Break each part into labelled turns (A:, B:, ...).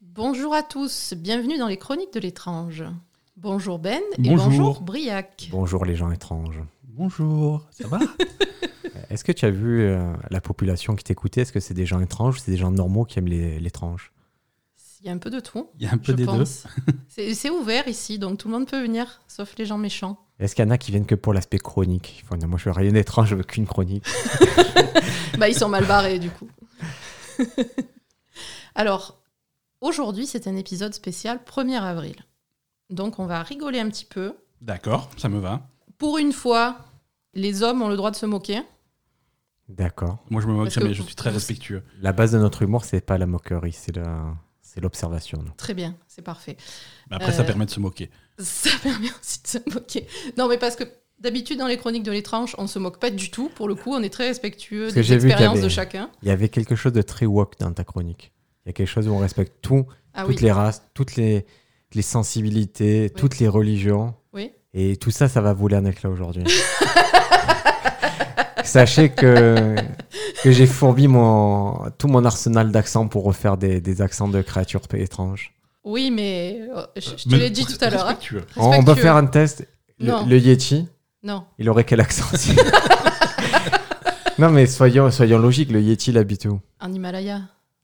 A: Bonjour à tous, bienvenue dans les Chroniques de l'étrange. Bonjour Ben
B: Bonjour.
A: et bonjour Briac.
B: Bonjour les gens étranges.
C: Bonjour, ça va
B: Est-ce que tu as vu euh, la population qui t'écoutait Est-ce que c'est des gens étranges ou c'est des gens normaux qui aiment les- l'étrange
A: Il y a un peu de tout,
C: Il y a un peu
A: je
C: des
A: pense. C'est c'est ouvert ici, donc tout le monde peut venir, sauf les gens méchants.
B: Est-ce qu'il y en a qui viennent que pour l'aspect chronique Ils font, Non, Moi, je veux rien d'étrange, je veux qu'une chronique.
A: bah, ils sont mal barrés du coup. Alors, aujourd'hui, c'est un épisode spécial 1er avril. Donc, on va rigoler un petit peu.
C: deux. D'accord, ça me va.
A: Pour une fois, les hommes ont le droit de se moquer.
B: D'accord.
C: Moi, je me moque
A: Parce
C: jamais,
A: que
C: je
A: vous-
C: suis très
A: vous-
C: respectueux.
B: La base de notre humour, c'est pas la moquerie, c'est la- c'est l'observation. nous.
A: Très bien, c'est parfait.
C: Mais après, ça
A: Euh,
C: permet de se moquer.
A: Ça permet aussi de se moquer. Non, mais parce que d'habitude, dans les chroniques de l'étrange, on se moque pas du tout. Pour le coup, on est très respectueux
B: Parce que
A: des
B: j'ai vu qu'il y
A: expériences
B: avait-
A: de chacun.
B: Il y avait quelque chose de très woke dans ta chronique. Il y a quelque chose où on respecte tout,
A: Ah oui,
B: toutes les races, toutes les, les sensibilités, toutes les religions.
A: oui.
B: Et tout ça, ça va voler un éclat aujourd'hui. Sachez que, que j'ai fourbi mon, tout mon arsenal d'accents pour refaire des, des accents de créatures p- étranges.
A: Oui, mais euh, je, je te
C: Mais
A: l'ai dit tout à l'heure. hein.
C: respectueux.
B: On, on peut
A: Respectueux.
B: faire un test.
A: Non.
B: Le, le Yeti,
A: Non,
B: il aurait quel accent aussi Non, mais soyons, soyons logiques, le Yeti, il habite où
A: en Himalaya.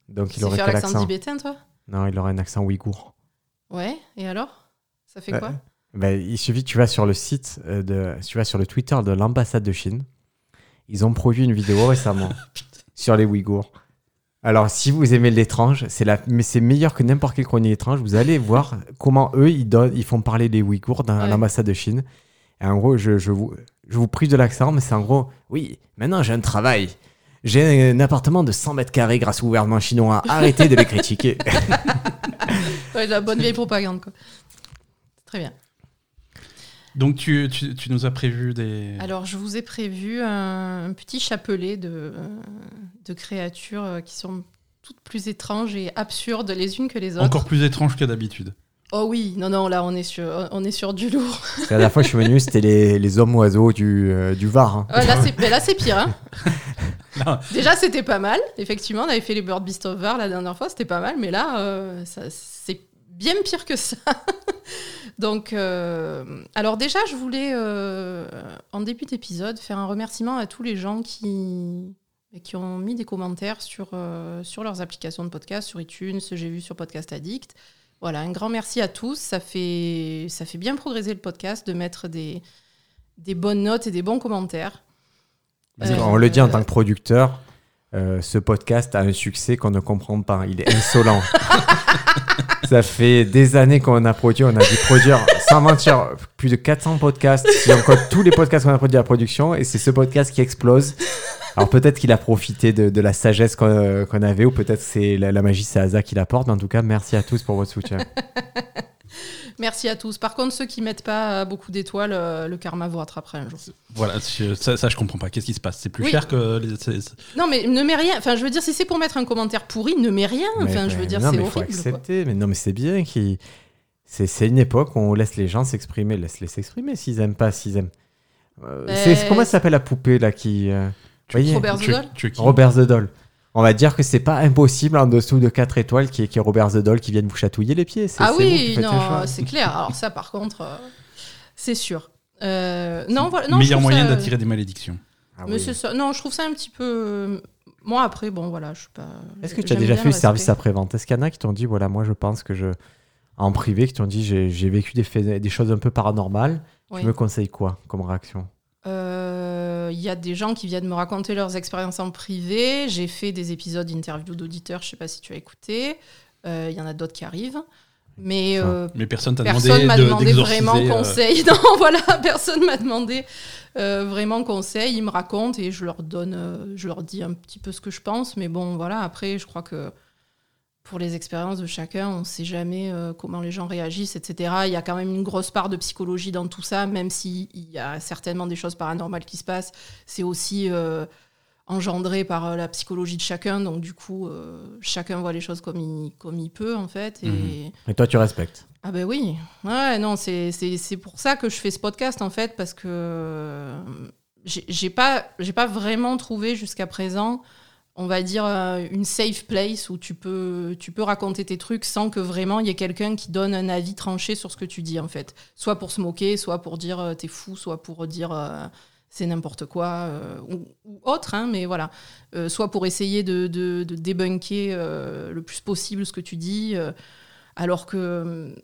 B: Donc
A: Tu
B: il
A: sais
B: aurait
A: faire
B: quel
A: l'accent
B: accent
A: tibétain, toi
B: Non, il aurait un accent ouïghour.
A: Ouais, et alors Ça fait
B: Bah,
A: quoi
B: Ben, il suffit, tu vas sur le site, euh, de, tu vas sur le Twitter de l'ambassade de Chine. Ils ont produit une vidéo récemment sur les Ouïghours. Alors, si vous aimez l'étrange, c'est la, mais c'est meilleur que n'importe quelle chronique étrange. Vous allez voir comment eux ils donnent, ils font parler les Ouïghours dans
A: Ouais.
B: l'ambassade de Chine. Et en gros, je, je vous, je vous prive de l'accent, mais c'est en gros, oui, maintenant j'ai un travail. J'ai un appartement de 100 mètres carrés grâce au gouvernement chinois. Arrêtez de les critiquer.
A: Ouais, de la bonne vieille propagande, quoi. Très bien.
C: Donc, tu, tu- tu nous as prévu des.
A: Alors, je vous ai prévu un, un petit chapelet de, euh, de créatures euh, qui sont toutes plus étranges et absurdes les unes que les autres.
C: Encore plus étranges que d'habitude.
A: Oh oui, non, non, là, on est sur, on est sur du lourd.
B: La dernière fois que je suis venu, c'était les, les hommes oiseaux du, euh, du Var. hein.
A: Ouais, là, c'est mais là, c'est pire. hein.
C: Non.
A: Déjà, c'était pas mal. Effectivement, on avait fait les Bird Beast of Var la dernière fois, c'était pas mal. Mais là, euh, ça- c'est bien pire que ça. Donc, euh, alors déjà, je voulais, euh, en début d'épisode, faire un remerciement à tous les gens qui, qui ont mis des commentaires sur, euh, sur leurs applications de podcast, sur iTunes, ce que j'ai vu sur Podcast Addict. Voilà, un grand merci à tous. Ça fait, ça fait bien progresser le podcast de mettre des, des bonnes notes et des bons commentaires.
B: Parce
A: Euh,
B: qu'on le dit en
A: euh,
B: tant que producteur, euh, ce podcast a un succès qu'on ne comprend pas. Il est insolent. Ça fait des années qu'on a produit, on a dû produire, sans mentir, plus de 400 podcasts, si on compte tous les podcasts qu'on a produits à la production, et c'est ce podcast qui explose. Alors peut-être qu'il a profité de, de la sagesse qu'on euh, qu'on avait, ou peut-être c'est la, la magie, c'est Asa qui l'apporte. En tout cas, merci à tous pour votre soutien.
A: Merci à tous. Par contre, ceux qui mettent pas beaucoup d'étoiles, euh, le karma vous rattrapera un jour.
C: Voilà, je- ça, ça, je comprends pas. Qu'est-ce qui se passe C'est plus
A: Oui.
C: cher que. Les, c'est- c'est-
A: Non, mais ne mets rien. Enfin, je veux dire, si c'est pour mettre un commentaire pourri, ne mets rien.
B: Mais-
A: Ah, Enfin, je
B: mais-
A: veux dire,
B: mais non,
A: c'est
B: mais faut
A: horrible. quoi.
B: accepter. Mais non, mais c'est bien qui. C'est c'est une époque où on laisse les gens s'exprimer. Laisse-les s'exprimer s'ils aiment pas, s'ils aiment. Euh,
A: Mais-
B: c'est- comment ça s'appelle la poupée là qui. euh, voyez,
A: Ben, Robert
C: tu-
A: Zodol
C: tu es qui
B: Robert The Doll. On va dire que c'est pas impossible en dessous de 4 étoiles qui est Robert The Doll qui vienne vous chatouiller les pieds. C'est-
A: Ah
B: c'est vous qui
A: oui,
B: faites le choix.
A: non, c'est clair. Alors ça, par contre, euh, c'est sûr. Euh, non, voilà. Non, je euh,
C: Meilleur
A: trouve
C: moyen
A: ça-
C: d'attirer des malédictions.
B: Ah
A: Mais
B: oui.
A: c'est ça. Non, je trouve ça un petit peu. euh, Moi, après, bon, voilà, je suis pas.
B: Est-ce que tu as
A: j'aime
B: déjà
A: bien
B: fait le
A: respect.
B: service après-vente Est-ce qu'il y en a qui t'ont dit, voilà, moi je pense que je. En privé, qui t'ont dit, j'ai j'ai vécu des, faits- des choses un peu paranormales.
A: Oui.
B: Tu me conseilles quoi comme réaction
A: Euh, Il y a des gens qui viennent me raconter leurs expériences en privé. J'ai fait des épisodes d'interviews d'auditeurs, je sais pas si tu as écouté. Euh, Il y en a d'autres qui arrivent. Mais
B: Ça.
A: euh,
C: Mais personne t'a demandé.
A: personne m'a
C: de-
A: demandé
C: d'exorciser,
A: vraiment
C: euh,
A: conseil. Non, voilà, personne m'a demandé euh, vraiment conseil. Ils me racontent et je leur donne, euh, je leur dis un petit peu ce que je pense. Mais bon, voilà, après, je crois que pour les expériences de chacun, on ne sait jamais euh, comment les gens réagissent, etc. Il y a quand même une grosse part de psychologie dans tout ça, même s'il y a certainement des choses paranormales qui se passent. C'est aussi euh, engendré par euh, la psychologie de chacun. Donc, du coup, euh, chacun voit les choses comme il, comme il peut, en fait. Et.
C: Mhm.
B: Et toi, tu respectes
A: Ah ben oui, ouais, non, c'est- c'est c'est pour ça que je fais ce podcast en fait, parce que euh, j'ai j'ai pas, j'ai pas vraiment trouvé jusqu'à présent, on- on va dire, euh, une safe place où tu peux, tu peux raconter tes trucs sans que vraiment il y ait quelqu'un qui donne un avis tranché sur ce que tu dis, en fait. Soit pour se moquer, soit pour dire euh, t'es fou, soit pour dire euh, c'est n'importe quoi, euh, ou, ou autre, hein, mais voilà. Euh, soit pour essayer de, de, de débunker euh, le plus possible ce que tu dis, euh, alors que.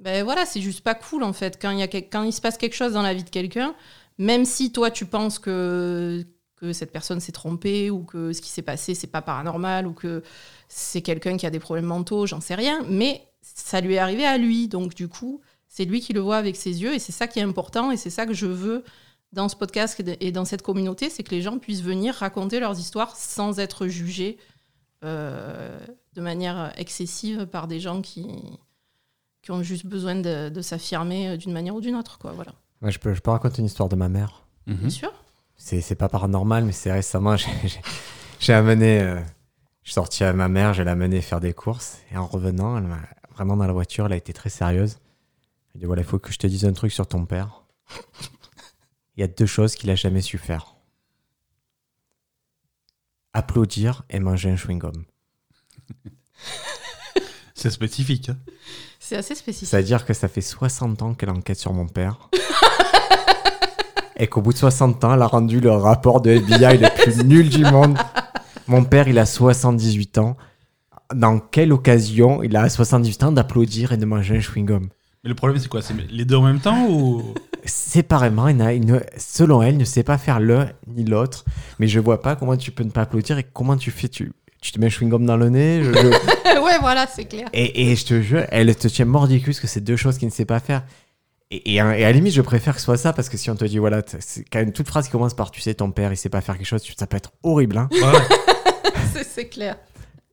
A: Ben voilà, c'est juste pas cool, en fait. Quand il, y a quel- quand il se passe quelque chose dans la vie de quelqu'un, même si toi tu penses que, que cette personne s'est trompée ou que ce qui s'est passé c'est pas paranormal ou que c'est quelqu'un qui a des problèmes mentaux, j'en sais rien, mais ça lui est arrivé à lui, donc du coup c'est lui qui le voit avec ses yeux et c'est ça qui est important et c'est ça que je veux dans ce podcast et dans cette communauté, c'est que les gens puissent venir raconter leurs histoires sans être jugés euh, de manière excessive par des gens qui qui ont juste besoin de, de s'affirmer euh, d'une manière ou d'une autre, quoi. Voilà.
B: Moi, je, peux, je peux raconter une histoire de ma mère.
C: Mhm.
A: Bien sûr.
B: C'est c'est pas paranormal, mais c'est récemment, j'ai- j'ai- j'ai amené. euh, je suis sorti avec ma mère, je l'ai amenée faire des courses. Et en revenant, elle m'a- vraiment dans la voiture, elle a été très sérieuse. Elle dit Voilà, il faut que je te dise un truc sur ton père. Il y a deux choses qu'il a jamais su faire applaudir et manger un chewing-gum.
C: C'est spécifique. hein.
A: C'est assez spécifique.
B: C'est-à-dire que ça fait 60 ans qu'elle enquête sur mon père. et qu'au bout de 60 ans, elle a rendu le rapport de FBI le plus nul du monde. Mon père, il a 78 ans. Dans quelle occasion il a 78 ans d'applaudir et de manger un chewing-gum
C: Mais le problème, c'est quoi C'est les deux en même temps ou
B: Séparément, il n'a- il ne- selon elle, il ne sait pas faire l'un ni l'autre. Mais je vois pas comment tu peux ne pas applaudir et comment tu fais. Tu, tu te mets un chewing-gum dans le nez je- je-
A: ouais, voilà, c'est clair.
B: Et, et je te jure, elle te tient mordicus que c'est deux choses qu'il ne sait pas faire. Et, hein, et à et à la limite, je préfère que ce soit ça parce que si on te dit, voilà, t- c'est quand même toute phrase qui commence par tu sais, ton père, il sait pas faire quelque chose, tu- ça peut être horrible. hein.
C: Voilà.
A: C'est- c'est clair.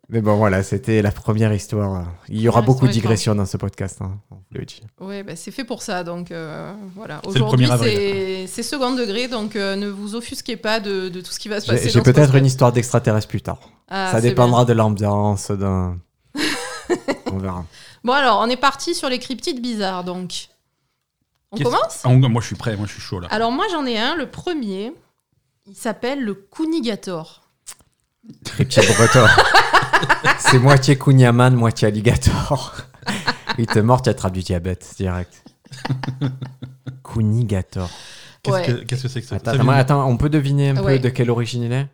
B: Mais bon, voilà, c'était la première histoire. hein. Il y aura
A: Première
B: beaucoup de
A: histoire
B: digressions dans ce podcast, hein, on vous le dit.
A: Ouais, bah, c'est fait pour ça, donc euh, voilà.
C: C'est le
A: Aujourd'hui,
C: 1er avril.
A: c'est- c'est second degré, donc euh, ne vous offusquez pas de, de tout ce qui va se passer.
B: J'ai j'ai
A: dans ce
B: peut-être une
A: podcast.
B: histoire d'extraterrestre plus tard.
A: Ah,
B: ça
A: c'est
B: dépendra de l'ambiance, d'un. on verra.
A: bien. Bon alors, on est parti sur les cryptides bizarres, donc. On
C: Qu'est-ce-
A: commence
C: Ah, moi, je suis prêt, moi, je suis chaud là.
A: Alors moi, j'en ai un, le premier. Il s'appelle le Kunigator.
B: Cryptid breton. c'est moitié Kunyaman, moitié alligator. il te mord, tu attrapes du diabète direct. Kunigator.
C: Qu'est-ce
A: Ouais.
C: que qu'est-ce que c'est que ça,
B: Attends,
C: Ça
B: attends,
C: vient-
B: attends, on peut deviner un
A: Ouais.
B: peu de quelle origine il est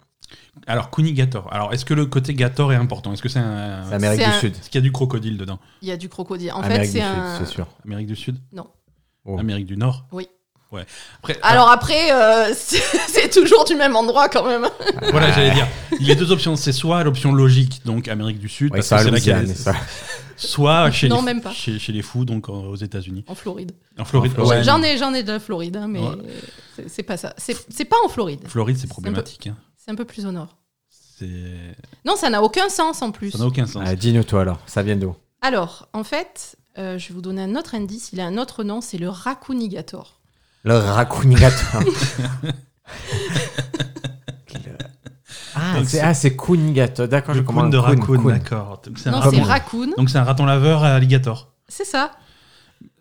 C: Alors, Kunigator. Alors, est-ce que le côté Gator est important Est-ce que c'est un.
B: C'est Amérique
A: C'est
B: du
A: un-
B: Sud.
C: Est-ce qu'il y a du crocodile dedans
A: Il y a du crocodile. En fait,
B: Amérique
A: c'est
B: du Sud,
A: un.
B: Ah, c'est sûr.
C: Amérique du Sud
A: Non.
B: Oh.
C: Amérique du Nord
A: Oui.
C: Ouais. Après,
A: Alors après, euh, c'est c'est toujours du même endroit quand même.
C: euh, voilà, j'allais dire. Les deux options, c'est soit l'option logique, donc Amérique du Sud,
B: Ouais,
C: parce
B: ça,
C: que c'est
B: Louisiane,
C: laquelle-
B: ça.
C: soit chez,
A: Non,
C: les,
A: même pas.
C: Chez, chez les fous, donc euh, aux États-Unis.
A: En Floride.
C: En Floride,
B: En Floride.
C: ouais.
A: J'en ai, j'en ai de la Floride, hein, mais
C: Ouais.
A: c'est- c'est pas ça. C'est c'est pas en Floride.
C: Floride, c'est
A: C'est un peu-
C: problématique. hein.
A: C'est un peu plus au nord.
C: C'est-
A: Non, ça n'a aucun sens en plus.
C: Ça n'a aucun sens.
B: Ah, Dis-nous toi alors, ça vient d'où
A: Alors, en fait, euh, je vais vous donner un autre indice. Il a un autre nom, c'est le Raccoonigator.
B: Le racunigator. Le- Ah,
C: Donc,
B: c'est
C: c'est-
B: ah, c'est Kunigator. D'accord, je
C: le coon
B: comprends.
C: de
B: Kun,
C: raccoon,
B: Kun.
C: d'accord. Donc, c'est un
A: Non,
C: raton.
A: c'est
B: raccoon.
A: Raccoon.
C: Donc, c'est un raton laveur à alligator.
A: C'est ça.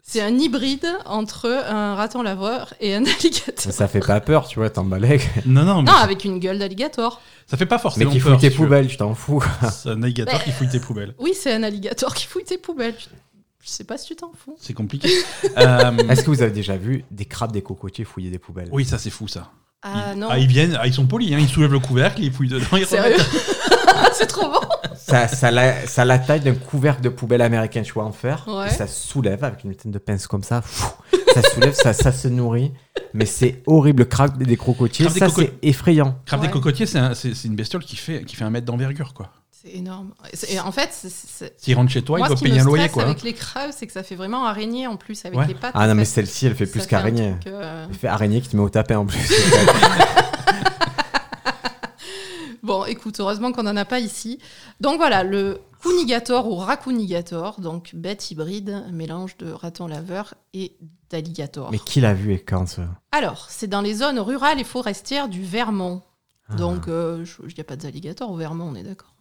A: C'est un hybride entre un raton laveur et un alligator.
B: Ça fait pas peur, tu vois, t'emballais.
C: Non, non, mais
A: Non, ah, avec une gueule d'alligator.
C: ça fait pas
B: Mais
C: forcément
B: qui
C: peur.
B: fouille tes
C: si tu veux.
B: poubelles, tu t'en fous.
C: C'est un alligator qui fouille tes poubelles.
A: Oui, c'est un alligator qui fouille tes poubelles. Je- Je sais pas si tu t'en fous.
C: C'est compliqué. Euh,
B: Est-ce que vous avez déjà vu des crabes, des cocotiers fouiller des poubelles
C: oui, ça c'est fou ça.
A: Ah
C: ils,
A: non.
C: ils viennent, ah, ils sont polis, hein, ils soulèvent le couvercle, ils fouillent dedans. Ils
A: Sérieux
C: remettent.
A: C'est trop bon.
B: Ça, ça, la, ça la taille d'un couvercle de poubelle américain, tu vois, en fer.
A: Ouais.
B: Et ça soulève avec une tête de pince comme ça. fou, ça soulève, ça, ça se nourrit. Mais c'est horrible, le crabe des crocotiers.
C: Crabe des
B: ça,
C: coco-
B: c'est effrayant.
C: Crabe
A: Ouais.
C: des cocotiers, c'est un- c'est c'est une bestiole qui fait, qui fait un mètre d'envergure quoi.
A: C'est énorme. C'est- et en fait, c'est- c'est-
C: S'il rentre chez toi,
A: moi,
C: il
A: ce
C: doit
A: qui me
C: payer un
A: stresse
C: loyer quoi. hein.
A: avec les crabes, c'est que ça fait vraiment araignée en plus avec
C: Ouais.
A: les pattes.
B: Ah
A: en
B: non, mais
A: fait.
B: celle-ci, elle fait plus
A: Ça un
B: qu'araignée.
A: truc, euh,
B: Elle fait araignée qui te met au tapin en plus.
A: Bon, écoute, heureusement qu'on n'en a pas ici. Donc voilà, le Kunigator ou Raccoonigator, donc bête hybride, un mélange de raton laveur et d'alligator.
B: mais qui l'a vu et quand ça
A: Alors, c'est dans les zones rurales et forestières du Vermont.
B: Ah.
A: Donc, euh, je- il n'y a pas d'alligator au Vermont, on est d'accord.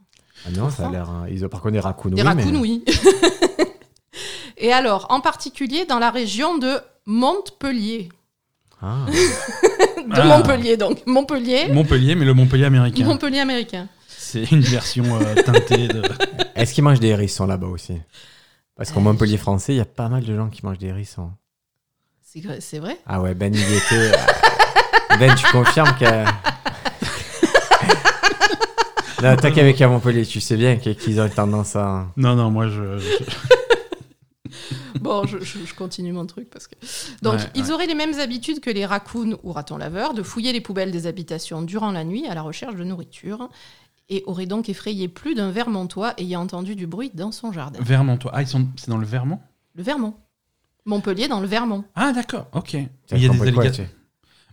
B: Ah non, ça a l'air. hein, Ils ont par contre des raccoons.
A: Des
B: oui, mais-
A: raccoons, oui. et alors, en particulier dans la région de Montpellier.
B: Ah.
A: De
C: Ah.
A: Montpellier, donc. Montpellier,
C: Montpellier, mais le Montpellier américain.
A: Montpellier américain.
C: C'est une version euh, teintée de.
B: Est-ce qu'ils mangent des hérissons là-bas aussi Parce
A: Euh,
B: qu'au Montpellier français, il y a pas mal de gens qui mangent des hérissons.
A: C'est vrai- C'est vrai
B: Ah ouais, Ben, il y était. euh, ben, tu confirmes que. Non, toi qui avais qu'à Montpellier, tu sais bien que- qu'ils ont tendance à.
C: Non, non, moi je. je-
A: Bon, je, je- je continue mon truc parce que. Donc,
C: Ouais,
A: ils
C: ouais.
A: auraient les mêmes habitudes que les raccoons ou ratons laveurs de fouiller les poubelles des habitations durant la nuit à la recherche de nourriture et auraient donc effrayé plus d'un Vermontois ayant entendu du bruit dans son jardin.
C: Vermont, toi. Ah, ils sont... c'est dans le Vermont
A: Le Vermont. Montpellier dans le Vermont.
C: Ah, d'accord, ok. Mais
B: T'as
C: Il y a des
B: compris quoi,
C: alligators.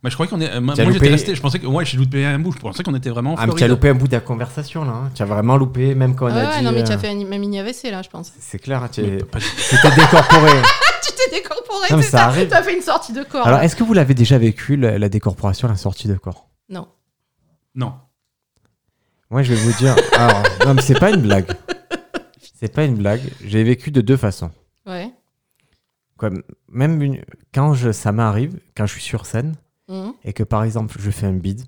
C: Bah, je croyais qu'on est. euh, moi,
B: T'as
C: moi,
B: loupé-
C: j'étais resté. Je pensais que. Ouais, j'ai loupé un bout. Je pensais qu'on était vraiment. En
B: Ah, mais tu as
C: Floride.
B: loupé un bout de la conversation là. hein. Tu as vraiment loupé, même quand on
A: Ah
B: a
A: ouais,
B: dit.
A: non, mais tu
B: euh,
A: as fait un- même mini AVC là, je pense.
B: C'est clair, hein, tu
C: Mais
B: es-
C: pas- pas-
B: tu t'es décorporé.
A: tu t'es décorporé,
B: Non, mais
A: c'est
B: ça
A: ça.
B: arrive.
A: Tu as fait une sortie de corps.
B: Alors,
A: là.
B: est-ce que vous l'avez déjà vécu, la, la décorporation, la sortie de corps
A: Non.
C: Non.
B: Moi, je vais vous dire. Alors, non, mais c'est pas une blague. C'est pas une blague. J'ai vécu de deux façons.
A: Ouais.
B: Comme, même une- quand je, ça m'arrive, quand je suis sur scène
A: Mmh.
B: et que par exemple je fais un bid,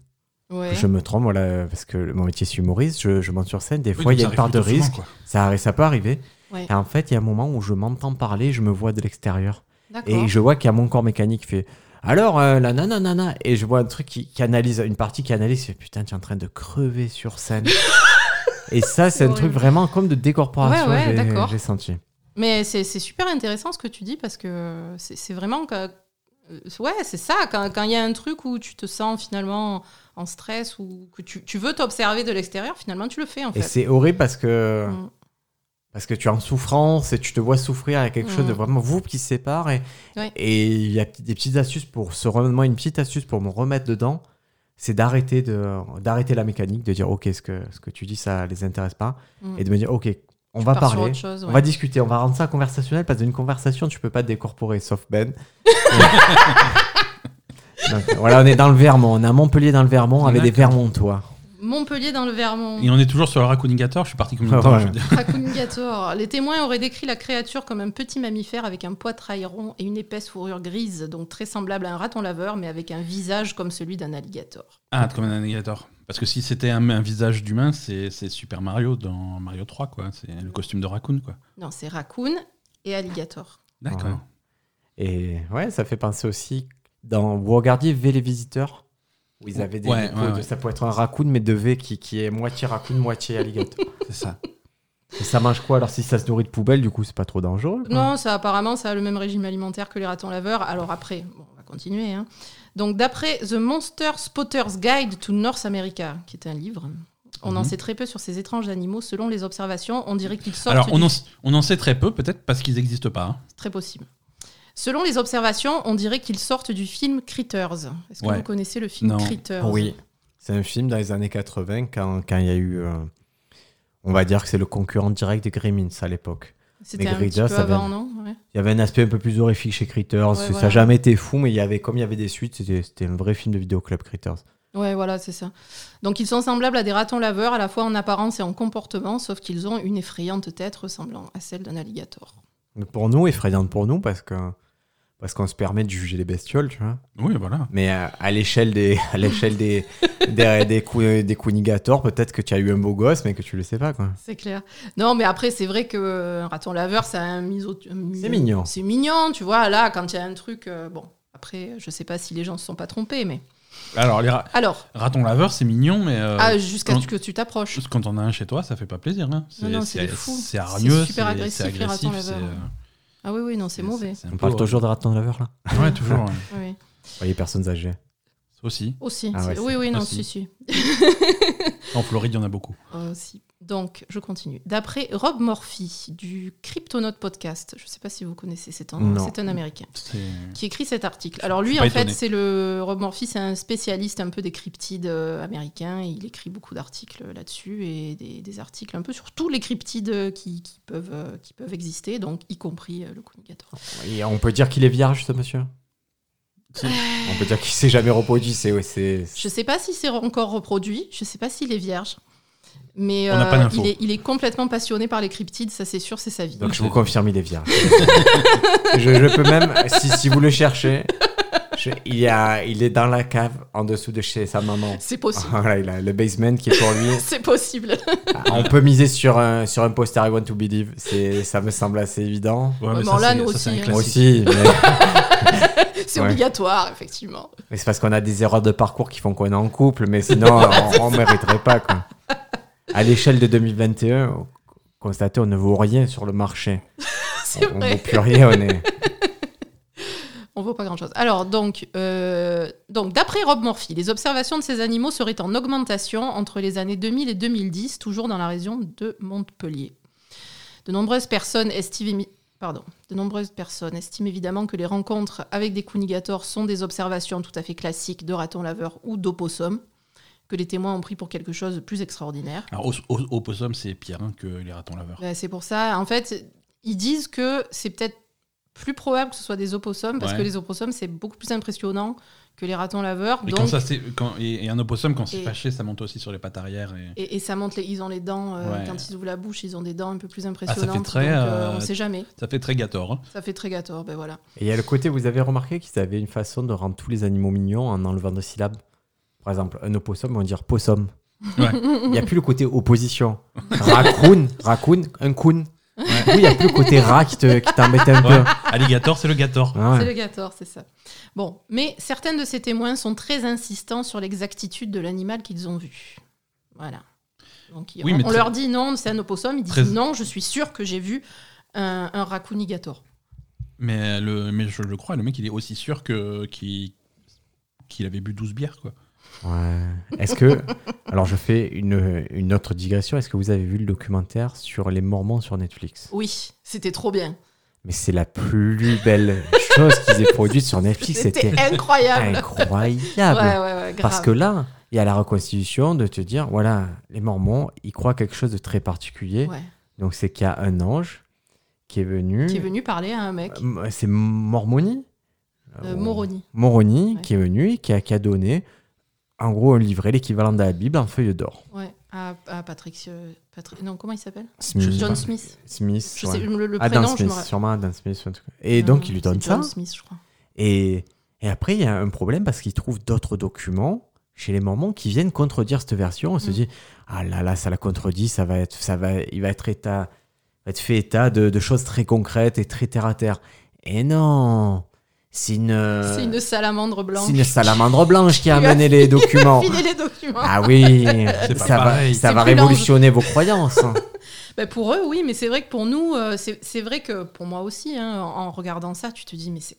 A: Ouais.
B: je me trompe, voilà, parce que mon métier, je suis humoriste, je, je monte sur scène. Des
C: Oui,
B: fois,
C: donc
B: il y a
C: ça
B: une part
C: arrive
B: de
C: plutôt souvent,
B: risque.
C: quoi.
B: Ça, arrive- ça peut arriver.
A: Ouais.
B: Et en fait, il y a un moment où je m'entends parler, je me vois de l'extérieur.
A: D'accord.
B: Et je vois qu'il y a mon corps mécanique qui fait alors euh, la nana nana et je vois un truc qui, qui analyse une partie qui analyse fait putain tu es en train de crever sur scène et ça c'est un
A: horrible.
B: truc vraiment comme de décorporation
A: Ouais, ouais,
B: j'ai-
A: d'accord.
B: j'ai senti
A: Mais c'est c'est super intéressant ce que tu dis parce que c'est c'est vraiment. que- euh, Ouais, c'est ça. Quand quand il y a un truc où tu te sens finalement en stress ou que tu, tu veux t'observer de l'extérieur, finalement tu le fais en fait.
B: et c'est horrible parce que
A: Mm.
B: parce que tu es en souffrance et tu te vois souffrir avec quelque chose de
A: Mm.
B: vraiment vous qui se sépare et
A: Ouais.
B: et il y a p- des petites astuces pour se remettre moi une petite astuce pour me remettre dedans c'est d'arrêter de d'arrêter la mécanique de dire ok ce que ce que tu dis ça les intéresse pas
A: Mm.
B: et de me dire ok on
A: Tu
B: va
A: pars sur
B: parler
A: autre chose,
B: On
A: ouais.
B: va discuter, on va rendre ça conversationnel parce qu'une conversation, tu peux pas te décorporer, sauf Ben. Donc, voilà, on est dans le Vermont, on est à Montpellier dans le Vermont avec des Vermontois.
A: Montpellier dans le Vermont.
C: Et on est toujours sur le Raccoonigator. Je suis parti combien de
B: Ah,
C: temps
B: ouais.
C: je veux dire
A: Raccoonigator. Les témoins auraient décrit la créature comme un petit mammifère avec un poitrail rond et une épaisse fourrure grise, donc très semblable à un raton laveur, mais avec un visage comme celui d'un alligator.
C: Ah, comme un alligator. Parce que si c'était un, un visage d'humain, c'est c'est Super Mario dans Mario 3, quoi. C'est le costume de raccoon, quoi.
A: Non, c'est raccoon et alligator.
C: D'accord.
B: Ouais. Et ouais, ça fait penser aussi dans. Vous regardiez V les visiteurs où ils avaient des.
C: Ouais,
B: des-
C: ouais, ouais.
B: Ça pourrait être un raccoon, mais de V qui, qui est moitié raccoon, moitié alligator.
C: C'est ça.
B: Et ça mange quoi Alors si ça se nourrit de poubelle, du coup, c'est pas trop dangereux. quoi.
A: Non, ça apparemment, ça a le même régime alimentaire que les ratons laveurs. Alors après, bon, on va continuer. hein. Donc d'après The Monster Spotter's Guide to North America, qui est un livre, on en
C: Mhm.
A: sait très peu sur ces étranges animaux. Selon les observations, on dirait qu'ils sortent.
C: Alors, on
A: du-
C: en, on en sait très peu, peut-être parce qu'ils n'existent pas. hein.
A: C'est très possible. Selon les observations, on dirait qu'ils sortent du film Critters. Est-ce que
C: Ouais.
A: vous connaissez le film
C: Non.
A: Critters
B: Oui. C'est un film dans les années 80 quand quand il y a eu. euh, on va dire que c'est le concurrent direct de Gremlins à l'époque.
A: C'était
B: Mais
A: un petit
B: Critters,
A: peu
B: ça vient-
A: avant, non Ouais.
B: Il y avait un aspect un peu plus horrifique chez Critters.
A: Ouais,
B: ça
A: voilà.
B: n'a jamais été fou, mais il y avait, comme il y avait des suites, c'était c'était un vrai film de vidéoclub Critters.
A: Ouais, voilà, c'est ça. Donc ils sont semblables à des ratons laveurs, à la fois en apparence et en comportement, sauf qu'ils ont une effrayante tête ressemblant à celle d'un alligator.
B: Mais pour nous, effrayante pour nous, parce que parce qu'on se permet de juger les bestioles, tu vois.
C: Oui, voilà.
B: Mais euh, à l'échelle des à l'échelle des des, des, cou- des Koenigators, peut-être que tu as eu un beau gosse, mais que tu le sais pas, quoi.
A: C'est clair. Non, mais après, c'est vrai que euh, un raton laveur, c'est un miso...
B: C'est mignon.
A: C'est mignon, tu vois. Là, quand il y a un truc. euh, bon, après, je sais pas si les gens se sont pas trompés, mais.
C: Alors, les ra-
A: Alors,
C: ratons laveurs, c'est mignon, mais. euh,
A: ah, jusqu'à
C: on-
A: ce que tu t'approches.
C: Quand on a un chez toi, ça fait pas plaisir. hein.
A: Non, non, c'est des fous.
C: C'est
A: C'est
C: hargneux,
A: super
C: c'est-
A: agressif,
C: c'est
A: les ratons
C: agressif. c'est,
A: laveurs.
C: euh,
A: Ah oui, oui, non, c'est mauvais.
C: c'est un
B: On
C: peu
B: parle
C: horrible.
B: toujours de raton laveur là.
C: Ouais, toujours. ouais.
A: Oui, oui.
B: Voyez, personnes âgées.
C: Aussi.
A: Aussi.
B: Ah
A: c'est-
B: ouais, c'est-
A: oui, oui, non, si,
C: aussi.
A: si.
C: En Floride, il y en a beaucoup.
A: Aussi. Donc, je continue. D'après Rob Murphy du Cryptonaut Podcast, je sais pas si vous connaissez cet homme,
B: Non.
A: c'est un Américain.
C: C'est-
A: qui écrit cet article. Alors
C: suis
A: lui,
C: pas
A: en fait,
C: étonné.
A: c'est le Rob Murphy, c'est un spécialiste un peu des cryptides euh, américains. Et il écrit beaucoup d'articles là-dessus et des, des articles un peu sur tous les cryptides euh, qui, qui peuvent, euh, qui peuvent exister, donc y compris euh, le Kunigator.
B: Et on peut dire qu'il est vierge, ce monsieur.
C: c'est-
B: On peut dire qu'il s'est jamais reproduit. C'est ouais, c'est.
A: Je sais pas si c'est encore reproduit, je sais pas s'il est vierge, mais euh,
C: On n'a pas d'infos.
A: il, est, il est complètement passionné par les cryptides, ça c'est sûr, c'est sa vie.
B: Donc je vous confirme, il est vierge. je, je peux même, si, si vous le cherchez, je Je- il, y a, il est dans la cave en dessous de chez sa maman.
A: C'est
C: Ah.
A: possible.
B: Ah, Voilà, il a le basement qui est pour lui.
A: C'est possible.
B: Ah, On peut miser sur un, sur un poster I Want to Believe. C'est, ça me semble assez évident.
C: Ouais,
A: mais
C: mais
A: en
C: ça,
A: là,
C: c'est-
A: nous
C: ça, c'est
A: aussi,
C: un
A: hein.
B: Moi
C: classique.
B: aussi, mais,
A: C'est
B: Ouais.
A: obligatoire, effectivement.
B: mais c'est parce qu'on a des erreurs de parcours qui font qu'on est en couple, mais sinon, on, ne mériterait pas. quoi. À l'échelle de 2021, constatez, on ne vaut rien sur le marché.
A: C'est
B: On ne vaut
A: vrai.
B: plus rien, on est.
A: On vaut pas grand-chose. Alors, donc, euh, donc d'après Rob Murphy, les observations de ces animaux seraient en augmentation entre les années 2000 et 2010, toujours dans la région de Montpellier. De nombreuses personnes estiment... Pardon. De nombreuses personnes estiment évidemment que les rencontres avec des cunigators sont des observations tout à fait classiques de ratons laveurs ou d'opossums, que les témoins ont pris pour quelque chose de plus extraordinaire.
C: Alors, op- op- opossum, c'est pire hein, que les ratons laveurs.
A: Ben, c'est pour ça. En fait, ils disent que c'est peut-être plus probable que ce soit des opossums, parce
C: Ouais.
A: que les opossums, c'est beaucoup plus impressionnant que les ratons laveurs.
C: Et,
A: donc-
C: quand ça, c'est- quand- et, et un opossum, quand c'est
A: Et-
C: fâché, ça monte aussi sur les pattes arrière. Et...
A: et, et ça monte, les- ils ont les dents, euh,
C: Ouais. Ah,
A: quand ils ouvrent la bouche, ils ont des dents un peu plus impressionnantes.
C: très,
A: donc, euh,
C: euh,
A: On sait jamais.
C: Ça fait très gator. hein.
A: Ça fait très gâteau, ben voilà.
B: Et il y a le côté, vous avez remarqué qu'ils avaient une façon de rendre tous les animaux mignons en enlevant des syllabes. Par exemple, un opossum, on va dire possum.
C: Ouais.
B: Il n'y a plus le côté opposition. Raccoon, raccoon, un coon. Du coup, il n'y a plus le côté rat qui te- qui t'embête un
C: Ouais.
B: peu.
C: Alligator, c'est le gator.
B: Ah ouais.
A: C'est le gâteau, c'est ça. Bon, mais certains de ces témoins sont très insistants sur l'exactitude de l'animal qu'ils ont vu. Voilà. Donc, ils-
C: Oui,
A: on,
C: mais
A: on
C: très-
A: leur dit non, c'est un opossum. Ils disent
C: Très-
A: non, je suis sûr que j'ai vu un, un raccoonigator.
C: Mais, euh, le, mais je le crois, le mec, il est aussi sûr que qu'il qu'il avait bu 12 bières. Quoi.
B: Ouais. Est-ce que. Alors, je fais une, une autre digression. Est-ce que vous avez vu le documentaire sur les Mormons sur Netflix
A: Oui, c'était trop bien.
B: Mais c'est la plus belle chose qu'ils aient produite sur Netflix. C'était
A: C'était incroyable.
B: incroyable.
A: Ouais, ouais, ouais, grave.
B: Parce que là, il y a la reconstitution de te dire voilà, les Mormons, ils croient quelque chose de très particulier.
A: Ouais.
B: Donc, c'est qu'il y a un ange qui est venu.
A: Qui est venu parler à un mec,
B: Euh, C'est Mormonie Ah,
A: euh, Moroni.
B: Moroni
A: Ouais.
B: qui est venu et qui a, qui a donné, en gros, un livret, l'équivalent de la Bible, en feuille d'or.
A: Ouais, à, à Patrick, euh, Patri- Non, comment il s'appelle
B: Smith.
A: John Smith.
B: Smith,
A: Je
B: ouais.
A: sais, le, le
B: Adam
A: prénom, je
B: Smith,
A: me rappelle.
B: sûrement Adam Smith. ou un truc. Et donc, il lui donne
A: C'est John
B: ça.
A: Smith, je crois.
B: Et, et après, il y a un problème parce qu'il trouve d'autres documents chez les Mormons qui viennent contredire cette version. On se
A: Mm.
B: dit, ah là là, ça la contredit, ça va être, ça va, il va être état, va être fait état de, de choses très concrètes et très terre à terre. Et non, c'est une,
A: C'est une salamandre blanche.
B: Euh, c'est une salamandre blanche qui a
A: Il lui a
B: amené les documents.
A: Filer les documents.
B: Ah oui,
C: pas
B: ça va,
C: pareil.
B: ça
A: C'est
B: va
A: plus l'ange.
B: révolutionner vos croyances. hein.
A: Bah, pour eux, oui, mais c'est vrai que pour nous, euh, c'est c'est vrai que pour moi aussi, hein, en, en regardant ça, tu te dis, mais c'est-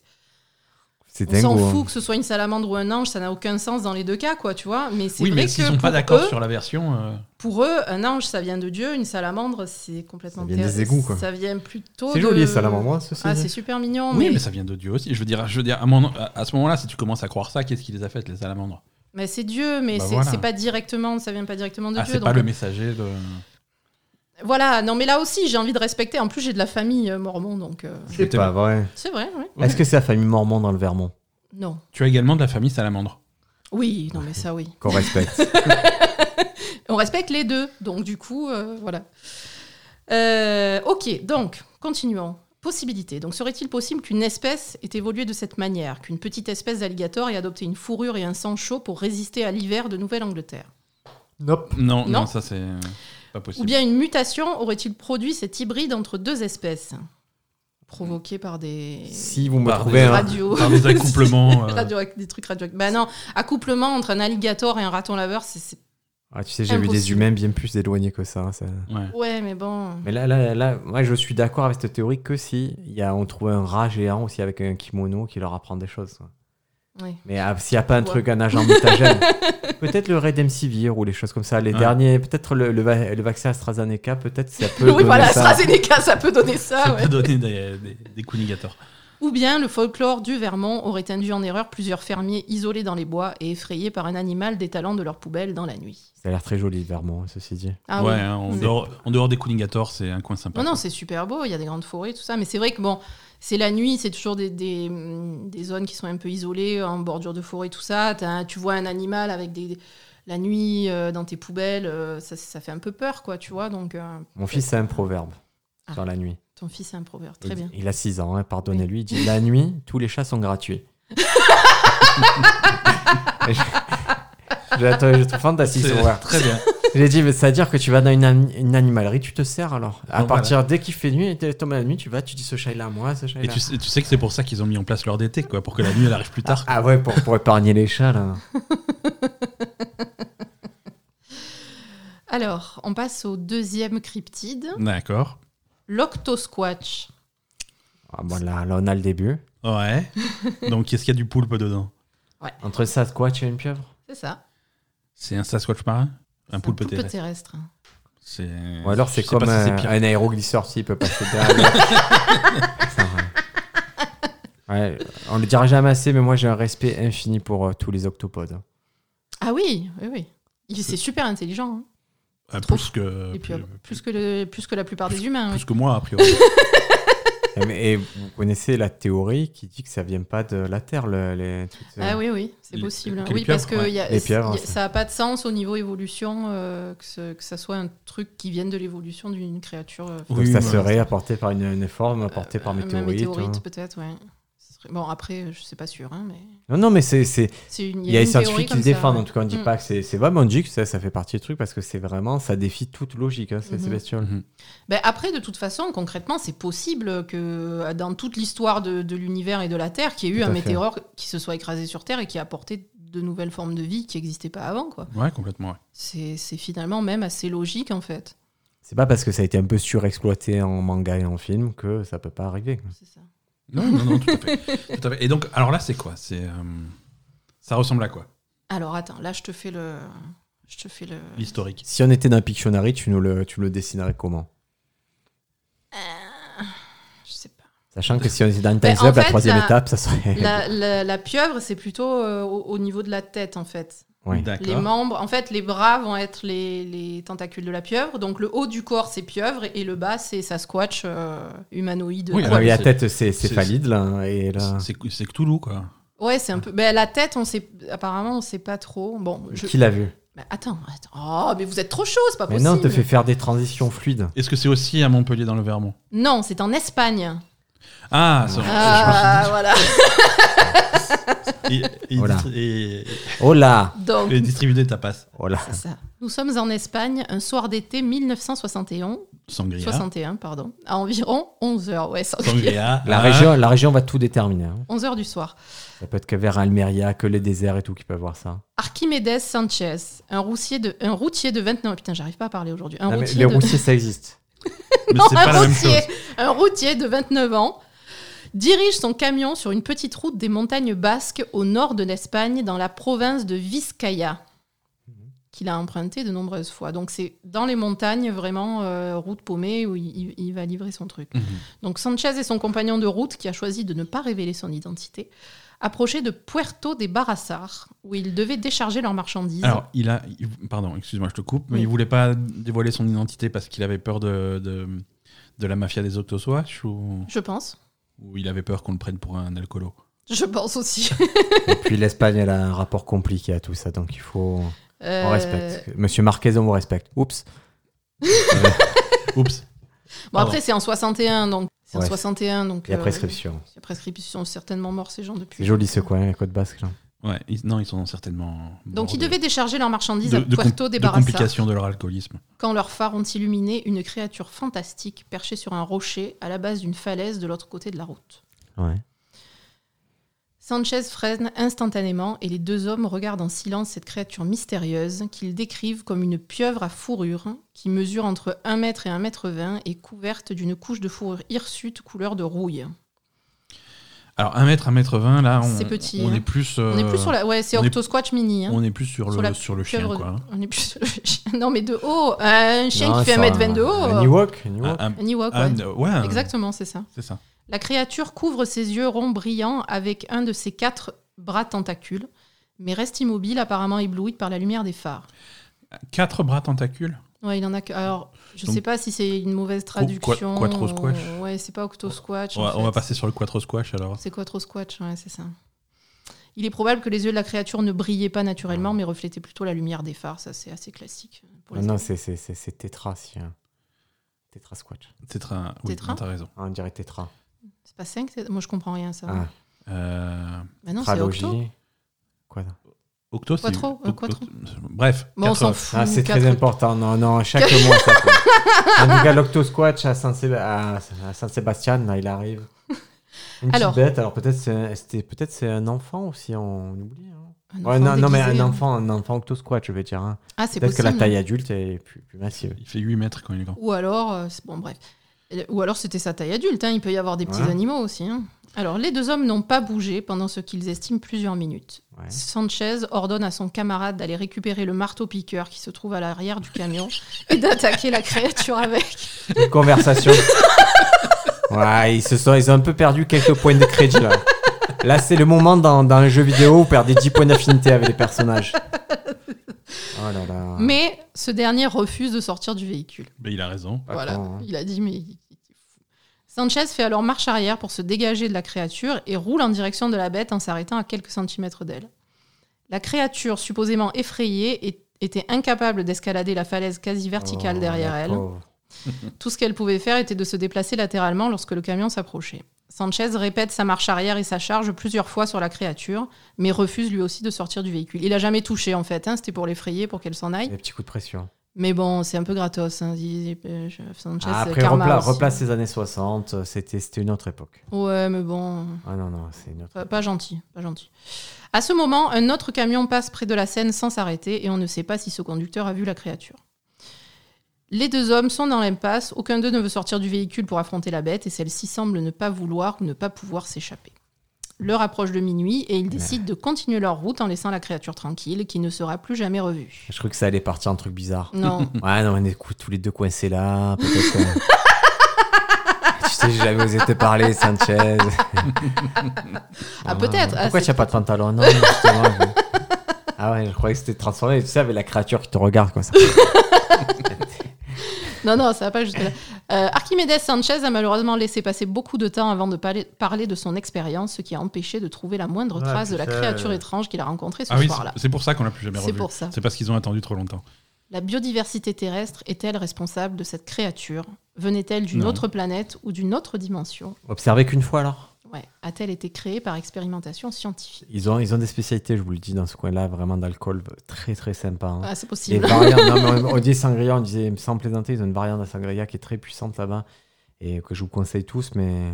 B: C'est
A: on s'en
B: dingo. hein.
A: fout que ce soit une salamandre ou un ange, ça n'a aucun sens dans les deux cas, quoi, tu vois. Mais c'est
C: Oui,
A: vrai
C: mais
A: que
C: s'ils sont pas
A: pour
C: d'accord
A: eux,
C: sur la version. euh,
A: Pour eux, un ange, ça vient de Dieu, une salamandre, c'est complètement
B: Ça vient des égouts, quoi.
A: Ça vient plutôt.
B: C'est
A: de-
B: joli, salamandre, ceci.
A: Ah, c'est super mignon.
C: Oui,
A: mais,
C: mais ça vient de Dieu aussi. Je veux dire, je veux dire à, mon- à- à ce moment-là, si tu commences à croire ça, qu'est-ce qui les a faites, les salamandres
A: mais c'est Dieu, mais
C: Bah
A: c'est
C: voilà.
A: c'est pas directement, ça vient pas directement de
C: Ah,
A: Dieu.
C: c'est
A: donc- euh,
C: pas le messager de.
A: Voilà, non, mais là aussi, j'ai envie de respecter. En plus, j'ai de la famille euh, mormon, donc euh,
B: C'est pas vrai.
A: c'est vrai, oui.
C: Ouais.
B: Est-ce que c'est la famille Mormon dans le Vermont
A: Non.
C: Tu as également de la famille salamandre.
A: Oui, non, mais ça, oui.
B: qu'on respecte
A: On respecte les deux, donc du coup, euh, voilà. Euh, ok, donc, continuons. Possibilité. Donc, serait-il possible qu'une espèce ait évolué de cette manière, qu'une petite espèce d'alligator ait adopté une fourrure et un sang chaud pour résister à l'hiver de Nouvelle-Angleterre
B: Nope.
C: Non,
A: Non.
C: non, ça c'est pas possible.
A: Ou bien une mutation aurait-il produit cet hybride entre deux espèces Provoquée par des
B: Si vous me
C: Par
B: trouvez
C: des
B: un-
A: radios.
C: Par des accouplements. euh,
A: radio- des trucs radioactifs. Bah non, accouplement entre un alligator et un raton laveur, c'est- c'est.
B: Ah, tu sais, j'ai vu des
A: Impossible.
B: humains bien plus éloignés que ça. ça.
C: euh, ouais.
A: Ouais, mais bon.
B: Mais là, là, là, moi, je suis d'accord avec cette théorie que si il y a, on trouve un rat géant aussi avec un kimono qui leur apprend des choses. quoi.
A: Ouais.
B: Mais ah, s'il n'y a pas un
A: Ouais.
B: truc, un agent mutagène, peut-être le Red Remdesivir ou les choses comme ça. Les
C: Ouais.
B: derniers, peut-être le, le, va- le vaccin AstraZeneca, peut-être ça peut.
A: Oui,
B: donner
A: voilà,
B: ça.
A: AstraZeneca, ça peut donner ça.
C: Ça
A: Ah, ouais.
C: peut donner des, des, des cunigators.
A: Ou bien le folklore du Vermont aurait induit en erreur plusieurs fermiers isolés dans les bois et effrayés par un animal détalant de leur poubelle dans la nuit.
B: Ça a l'air très joli, le Vermont, ceci dit.
A: Ah
C: ouais,
A: oui.
C: hein, en,
A: Oui.
C: dehors, en dehors des cunigators, c'est un coin sympa.
A: Non, non, c'est super beau, il y a des grandes forêts, tout ça, mais c'est vrai que bon, c'est la nuit, c'est toujours des, des, hum, des zones qui sont un peu isolées, en bordure de forêt, tout ça. T'as- tu vois un animal avec des. La nuit, euh, dans tes poubelles, euh, ça, ça fait un peu peur, quoi, tu vois. Donc, euh,
B: Mon fils a un proverbe
A: Ah.
B: sur la nuit.
A: ton fils est un proverbe,
B: Il-
A: très bien.
B: Il a 6 ans, hein, pardonnez-lui. Il dit La nuit, tous les chats sont gratuits. Je la trouve, je la trouve fantastique.
C: C'est
B: ce horaire.
C: très bien.
B: J'ai dit, mais c'est-à-dire que tu vas dans une, ani- une animalerie, tu te sers alors. À
C: Bon,
B: partir dès qu'il fait nuit, dès tombe la nuit, tu vas, tu dis ce chat il est à moi, ce chat il
C: Et
B: est à
C: tu sais, tu sais que c'est pour ça qu'ils ont mis en place l'heure d'été, quoi, pour que la nuit elle arrive plus tard.
B: Ah ouais, pour, pour épargner les chats là.
A: Alors, on passe au deuxième cryptide,
C: D'accord.
A: l'octosquatch.
B: Ah bon, là, là, on a le début.
C: Ouais. Donc, est-ce qu'il y a du poulpe dedans
B: Entre ça, quoi, tu as une pieuvre
A: C'est ça.
C: C'est un Sasquatch marin Un
A: C'est
C: poulpe terrestre
A: terrestre.
C: C'est-
B: Ou alors c'est
C: je sais
B: comme
C: pas si
B: un,
C: c'est pire.
B: un aéroglisseur s'il peut passer derrière. Ça, ouais. Ouais, on le dira jamais assez, mais moi j'ai un respect infini pour euh, tous les octopodes.
A: Ah oui, oui, oui. Il- C'est super intelligent. hein.
C: Ah,
A: trop.
C: plus que.
A: Et puis,
C: plus,
A: euh, plus, que le- plus que la plupart des humains. oui.
C: plus que moi, a priori.
B: Et, mais- et vous connaissez la théorie qui dit que ça vient pas de la Terre, le- les, toutes, euh,
A: Ah oui, oui, c'est
C: Les-
A: possible. hein.
C: que les
A: Oui, parce que
C: pieuvres, ouais.
A: il y a-
B: Les pieuvres,
A: il y a-
B: c'est-
A: ça n'a pas de sens au niveau évolution euh, que, ce- que ça soit un truc qui vienne de l'évolution d'une créature. euh,
B: donc
C: Oui,
B: ça
C: bah,
B: serait apporté par une, une forme, apportée par
A: euh, même
B: météorite.
A: météorite,
B: hein.
A: peut-être, ouais. Ce serait- Bon, après, euh, je sais pas sûr, hein, mais
B: Non, non, mais c'est, c'est-
A: c'est une.
B: il y a
A: une
B: les
A: théorie
B: scientifiques qui
A: comme
B: le
A: ça,
B: défendent.
A: ouais.
B: En tout cas, on ne dit
A: Mm.
B: pas que c'est, c'est vraiment dit que ça, ça fait partie du truc parce que c'est vraiment, ça défie toute logique, hein, ces, ces
A: Mhm.
B: bestioles.
C: Mhm.
A: Ben, après, de toute façon, concrètement, c'est possible que euh, dans toute l'histoire de, de l'univers et de la Terre, qu'il y ait eu
B: Tout à
A: un
B: fait.
A: météore qui se soit écrasé sur Terre et qui a apporté de nouvelles formes de vie qui n'existaient pas avant, quoi.
C: Ouais, complètement. ouais.
A: C'est c'est finalement même assez logique, en fait.
B: C'est pas parce que ça a été un peu surexploité en manga et en film que ça peut pas arriver.
A: C'est ça.
C: Non, non, non, tout à fait. Tout à fait. Et donc, alors là, c'est quoi C'est. euh, Ça ressemble à quoi
A: Alors attends, là je te fais le, je te fais le.
C: L'historique.
B: Si on était dans Pictionary, tu nous le, tu le dessinerais comment
A: Je sais pas.
B: Sachant que si on était dans
A: Mais
B: Time's
A: Ben, en
B: Up, la
A: fait,
B: troisième
A: la-
B: étape, ça serait.
A: La, la- la pieuvre, c'est plutôt euh, au, au niveau de la tête en fait.
B: Ouais.
A: Les
C: D'accord.
A: membres, en fait, les bras vont être les, les tentacules de la pieuvre, donc le haut du corps c'est pieuvre et le bas c'est Sasquatch euh, humanoïde.
C: Oui,
B: Ah
A: Ouais.
B: oui, la
C: c'est-
B: tête, c'est c'est
C: c'est-
B: phalide, là. Et là...
C: C'est- C'est c'est Cthulhu, quoi.
A: Ouais, c'est un peu. Ben, la tête, on sait. Apparemment, on sait pas trop. Bon, je.
B: Qui l'a vu
A: Ben, attends, attends. Oh, mais vous êtes trop chaud, c'est pas
B: Mais
A: possible.
B: non, on te fait faire des transitions fluides.
C: Est-ce que c'est aussi à Montpellier dans le Vermont
A: Non, c'est en Espagne.
C: Ah, ça-
A: Ah, voilà.
C: je me suis dit- et- et-
B: Voilà.
C: et-
B: Oh là
A: Donc,
C: et distribuer ta passe.
B: Oh là
A: C'est ça. Nous sommes en Espagne un soir d'été 1961,
C: Sangria.
A: 61 pardon, à environ 11h, ouais, sans-
C: Sangria.
B: la
C: Ah.
B: région, la région va tout déterminer. hein.
A: 11h du soir.
B: Ça peut être que vers Almeria, que les déserts et tout qui peuvent voir ça.
A: Archimedes Sanchez, un, roussier de, un routier de 29 putain, j'arrive pas à parler aujourd'hui. Un
B: Ah, mais
A: routier
B: les
A: de-
B: roussiers, ça existe.
C: Mais c'est
A: un
C: pas la même
A: routier,
C: chose.
A: un routier de 29 ans dirige son camion sur une petite route des montagnes basques au nord de l'Espagne dans la province de Vizcaya qu'il a emprunté de nombreuses fois. Donc c'est dans les montagnes, vraiment, euh, route paumée, où il- il- il va livrer son truc.
C: Mhm.
A: Donc Sanchez et son compagnon de route, qui a choisi de ne pas révéler son identité, approchaient de Puerto de Barassar, où ils devaient décharger leurs marchandises.
C: Alors, il a. il- Pardon, excuse-moi, je te coupe, mais
A: Oui.
C: il voulait pas dévoiler son identité parce qu'il avait peur de, de, de la mafia des Octoswatch ou,
A: Je pense.
C: ou il avait peur qu'on le prenne pour un alcoolo
A: Je pense aussi.
B: et puis l'Espagne, elle a un rapport compliqué à tout ça, donc il faut. On
A: Euh,
B: respecte. Monsieur Marquez, on vous respecte. Oups.
C: Oups
A: Bon,
C: Pardon.
A: après, c'est en 61, donc. C'est en
B: Ouais.
A: 61, donc.
B: Il y a
A: euh,
B: prescription.
A: Il y a prescription, certainement morts ces gens depuis.
B: C'est joli ce coin, la côte basque. Là.
C: Ouais, ils- non, ils sont certainement.
A: Donc
C: morts
A: ils
C: de-
A: devaient décharger leurs marchandises
C: de,
A: à
C: de
A: Puerto
C: com-
A: de
C: de
A: Barassar.
C: complications de leur alcoolisme.
A: Quand leurs phares ont illuminé une créature fantastique perchée sur un rocher à la base d'une falaise de l'autre côté de la route.
B: Ouais.
A: Sanchez freine instantanément et les deux hommes regardent en silence cette créature mystérieuse qu'ils décrivent comme une pieuvre à fourrure qui mesure entre 1 mètre et 1 mètre 20 et couverte d'une couche de fourrure hirsute couleur de rouille.
C: Alors, 1 mètre, 1 mètre 20, là, on,
A: C'est petit,
C: on
A: hein.
C: est plus.
A: On est plus sur la... Ouais, c'est
C: Euh, on est-
A: Octosquatch mini. hein.
C: On est plus sur,
A: sur
C: le,
A: la
C: sur le chien,
A: pieuvre-
C: quoi. hein.
A: On est plus sur le chien. Non mais de haut, un chien
B: Non,
A: qui fait euh, 1
B: sur
A: mètre
B: un-
A: 20 de haut.
B: Un Ewok. un Ewok.
C: Un- un-
A: Un Ewok, ouais.
C: un- ouais, un-
A: Exactement, c'est ça.
C: C'est ça.
A: La créature couvre ses yeux ronds brillants avec un de ses quatre bras tentacules, mais reste immobile apparemment éblouie par la lumière des phares.
C: Quatre bras tentacules
A: Ouais, il en a que. Alors, je
C: Donc-
A: sais pas si c'est une mauvaise traduction.
C: qua- quattro squash.
A: euh, Ouais, c'est pas octo squash.
C: on
A: en
C: va,
A: fait.
C: on va passer sur le quattro squash alors.
A: C'est quattro squash, ouais, c'est ça. Il est probable que les yeux de la créature ne brillaient pas
B: Ah.
A: naturellement, mais reflétaient plutôt la lumière des phares. Ça, c'est assez classique. Pour les
B: Non, non, c'est- c'est c'est- c'est Tetra. si, hein. Tetra Squatch.
C: Tétra. Oui,
A: Tétra
C: t'as raison.
B: Ah, on dirait Tetra.
A: C'est pas 5 Moi, je comprends rien à ça.
B: Ah.
C: Euh,
A: Bah non, c'est
B: Tralogie.
A: Octo.
B: Quoi non
C: Octo, c'est.
A: Quattro, euh,
C: Oc-
A: Quattro.
C: Oct- Bref.
A: Bon, on
C: quatre
A: s'en
C: heures.
A: fout.
B: Ah, c'est
A: quatre-
B: très important. Non, non, chaque mois, ça fait. En tout cas, l'Octosquatch à Saint-Séba- à Saint-Sébastien, là, il arrive. Une
A: Alors.
B: petite bête. Alors, peut-être c'est, c'était- peut-être c'est un enfant aussi, on oublie. hein.
A: Un
B: Ouais, non,
A: enfant
B: non, mais
A: déguisé.
B: un enfant, un enfant Octosquatch, je veux dire. hein.
A: Ah, c'est
B: Peut-être que
A: possible.
B: la taille adulte est plus, plus massive.
C: Il fait 8 mètres quand il est grand.
A: Ou alors, euh, c'est- bon, bref. Euh, Ou alors c'était sa taille adulte, hein, il peut y avoir des petits
B: Ouais.
A: animaux aussi. hein. Alors les deux hommes n'ont pas bougé pendant ce qu'ils estiment plusieurs minutes.
B: Ouais.
A: Sanchez ordonne à son camarade d'aller récupérer le marteau-piqueur qui se trouve à l'arrière du camion et d'attaquer la créature avec.
B: Une conversation. ouais, ils se sont, ils ont un peu perdu quelques points de crédit là. Là, c'est le moment dans, dans les jeux vidéo où vous perdez 10 points d'affinité avec les personnages. Oh là là.
A: Mais ce dernier refuse de sortir du véhicule.
C: Ben, il a raison.
B: Pas
A: Voilà,
B: con, hein.
A: il a dit, mais. il- il est fou. Sanchez fait alors marche arrière pour se dégager de la créature et roule en direction de la bête en s'arrêtant à quelques centimètres d'elle. La créature, supposément effrayée, est- était incapable d'escalader la falaise quasi verticale
B: Oh,
A: derrière
B: la
A: elle.
B: pauvre.
A: Tout ce qu'elle pouvait faire était de se déplacer latéralement lorsque le camion s'approchait. Sanchez répète sa marche arrière et sa charge plusieurs fois sur la créature, mais refuse lui aussi de sortir du véhicule. Il a jamais touché en fait, hein, c'était pour l'effrayer, pour qu'elle s'en aille.
B: Des petits coups de pression.
A: Mais bon, c'est un peu gratos. hein, il- il- je- Sanchez,
B: Ah, après,
A: karma
B: repla-
A: aussi.
B: replace les années 60, c'était c'était une autre époque.
A: Ouais, mais bon,
B: Ah non, non, c'est une autre.
A: pas, pas gentil, pas gentil. À ce moment, un autre camion passe près de la scène sans s'arrêter et on ne sait pas si ce conducteur a vu la créature. Les deux hommes sont dans l'impasse, aucun d'eux ne veut sortir du véhicule pour affronter la bête et celle-ci semble ne pas vouloir ou ne pas pouvoir s'échapper. L'heure approche de minuit et ils décident de continuer leur route en laissant la créature tranquille qui ne sera plus jamais revue.
B: Je crois que ça allait partir un truc bizarre.
A: Non,
B: Ouais, non, on est cou- tous les deux coincés là. Peut-être. qu'on- tu sais, j'ai jamais osé te parler, Sanchez.
A: Ah, peut-être. Ah,
B: Pourquoi
A: c'est
B: tu n'as pas de pantalon Non, justement. je- Ah ouais, je croyais que c'était transformé. Tu sais, avec la créature qui te regarde comme ça.
A: Non, non, ça va pas jusque-là. Euh, Archimedes Sanchez a malheureusement laissé passer beaucoup de temps avant de parler, parler de son expérience, ce qui a empêché de trouver la moindre
B: Ouais,
A: trace de la
B: puis ça,
A: créature
B: euh,
A: étrange qu'il a rencontrée ce
C: Ah oui,
A: soir-là.
C: c'est- c'est pour ça qu'on l'a plus jamais
A: C'est
C: revu.
A: pour ça.
C: C'est parce qu'ils ont attendu trop longtemps.
A: La biodiversité terrestre est-elle responsable de cette créature Venait-elle d'une
C: Non.
A: autre planète ou d'une autre dimension
B: Observé qu'une fois alors.
A: ouais. A-t-elle été créée par expérimentation scientifique
B: Ils ont, ils ont des spécialités, je vous le dis, dans ce coin-là, vraiment d'alcool très très sympa. hein.
A: ah, C'est
B: Les
A: possible.
B: variantes, non, mais on, on dit sangria, on disait sans plaisanter, ils ont une variante à sangria qui est très puissante là-bas et que je vous conseille tous, mais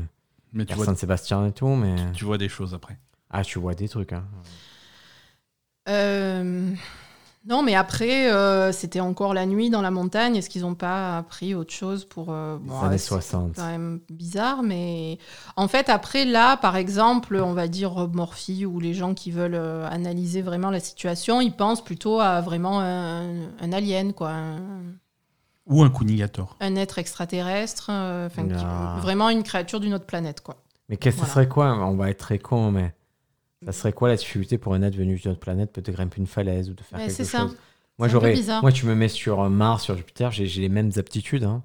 C: Mais tu
B: vers
C: vois,
B: Saint-Sébastien et tout, mais
C: tu vois des choses après.
B: ah tu vois des trucs. Hein.
A: Euh, Non, mais après, euh, c'était encore la nuit dans la montagne. Est-ce qu'ils n'ont pas appris autre chose pour... euh,
B: Les
A: bon,
B: années
A: ouais,
B: 60.
A: quand même bizarre, mais en fait, après, là, par exemple, on va dire Rob Morphy ou les gens qui veulent euh, analyser vraiment la situation, ils pensent plutôt à vraiment un, un alien, quoi, un,
C: Ou un Kunigator.
A: un être extraterrestre, euh, enfin, qui-
B: Non.
A: vraiment une créature d'une autre planète, quoi.
B: Mais qu'est-ce que
A: Voilà.
B: ça serait quoi On va être très con, mais ça serait quoi la difficulté pour un être venu d'une autre planète peut-être grimper une falaise ou de faire
A: Ouais,
B: quelque
A: c'est
B: chose
A: ça.
B: Moi
A: C'est un peu
B: j'aurais,
A: bizarre.
B: moi tu me mets sur euh, Mars, sur Jupiter, j'ai j'ai les mêmes aptitudes. Hein.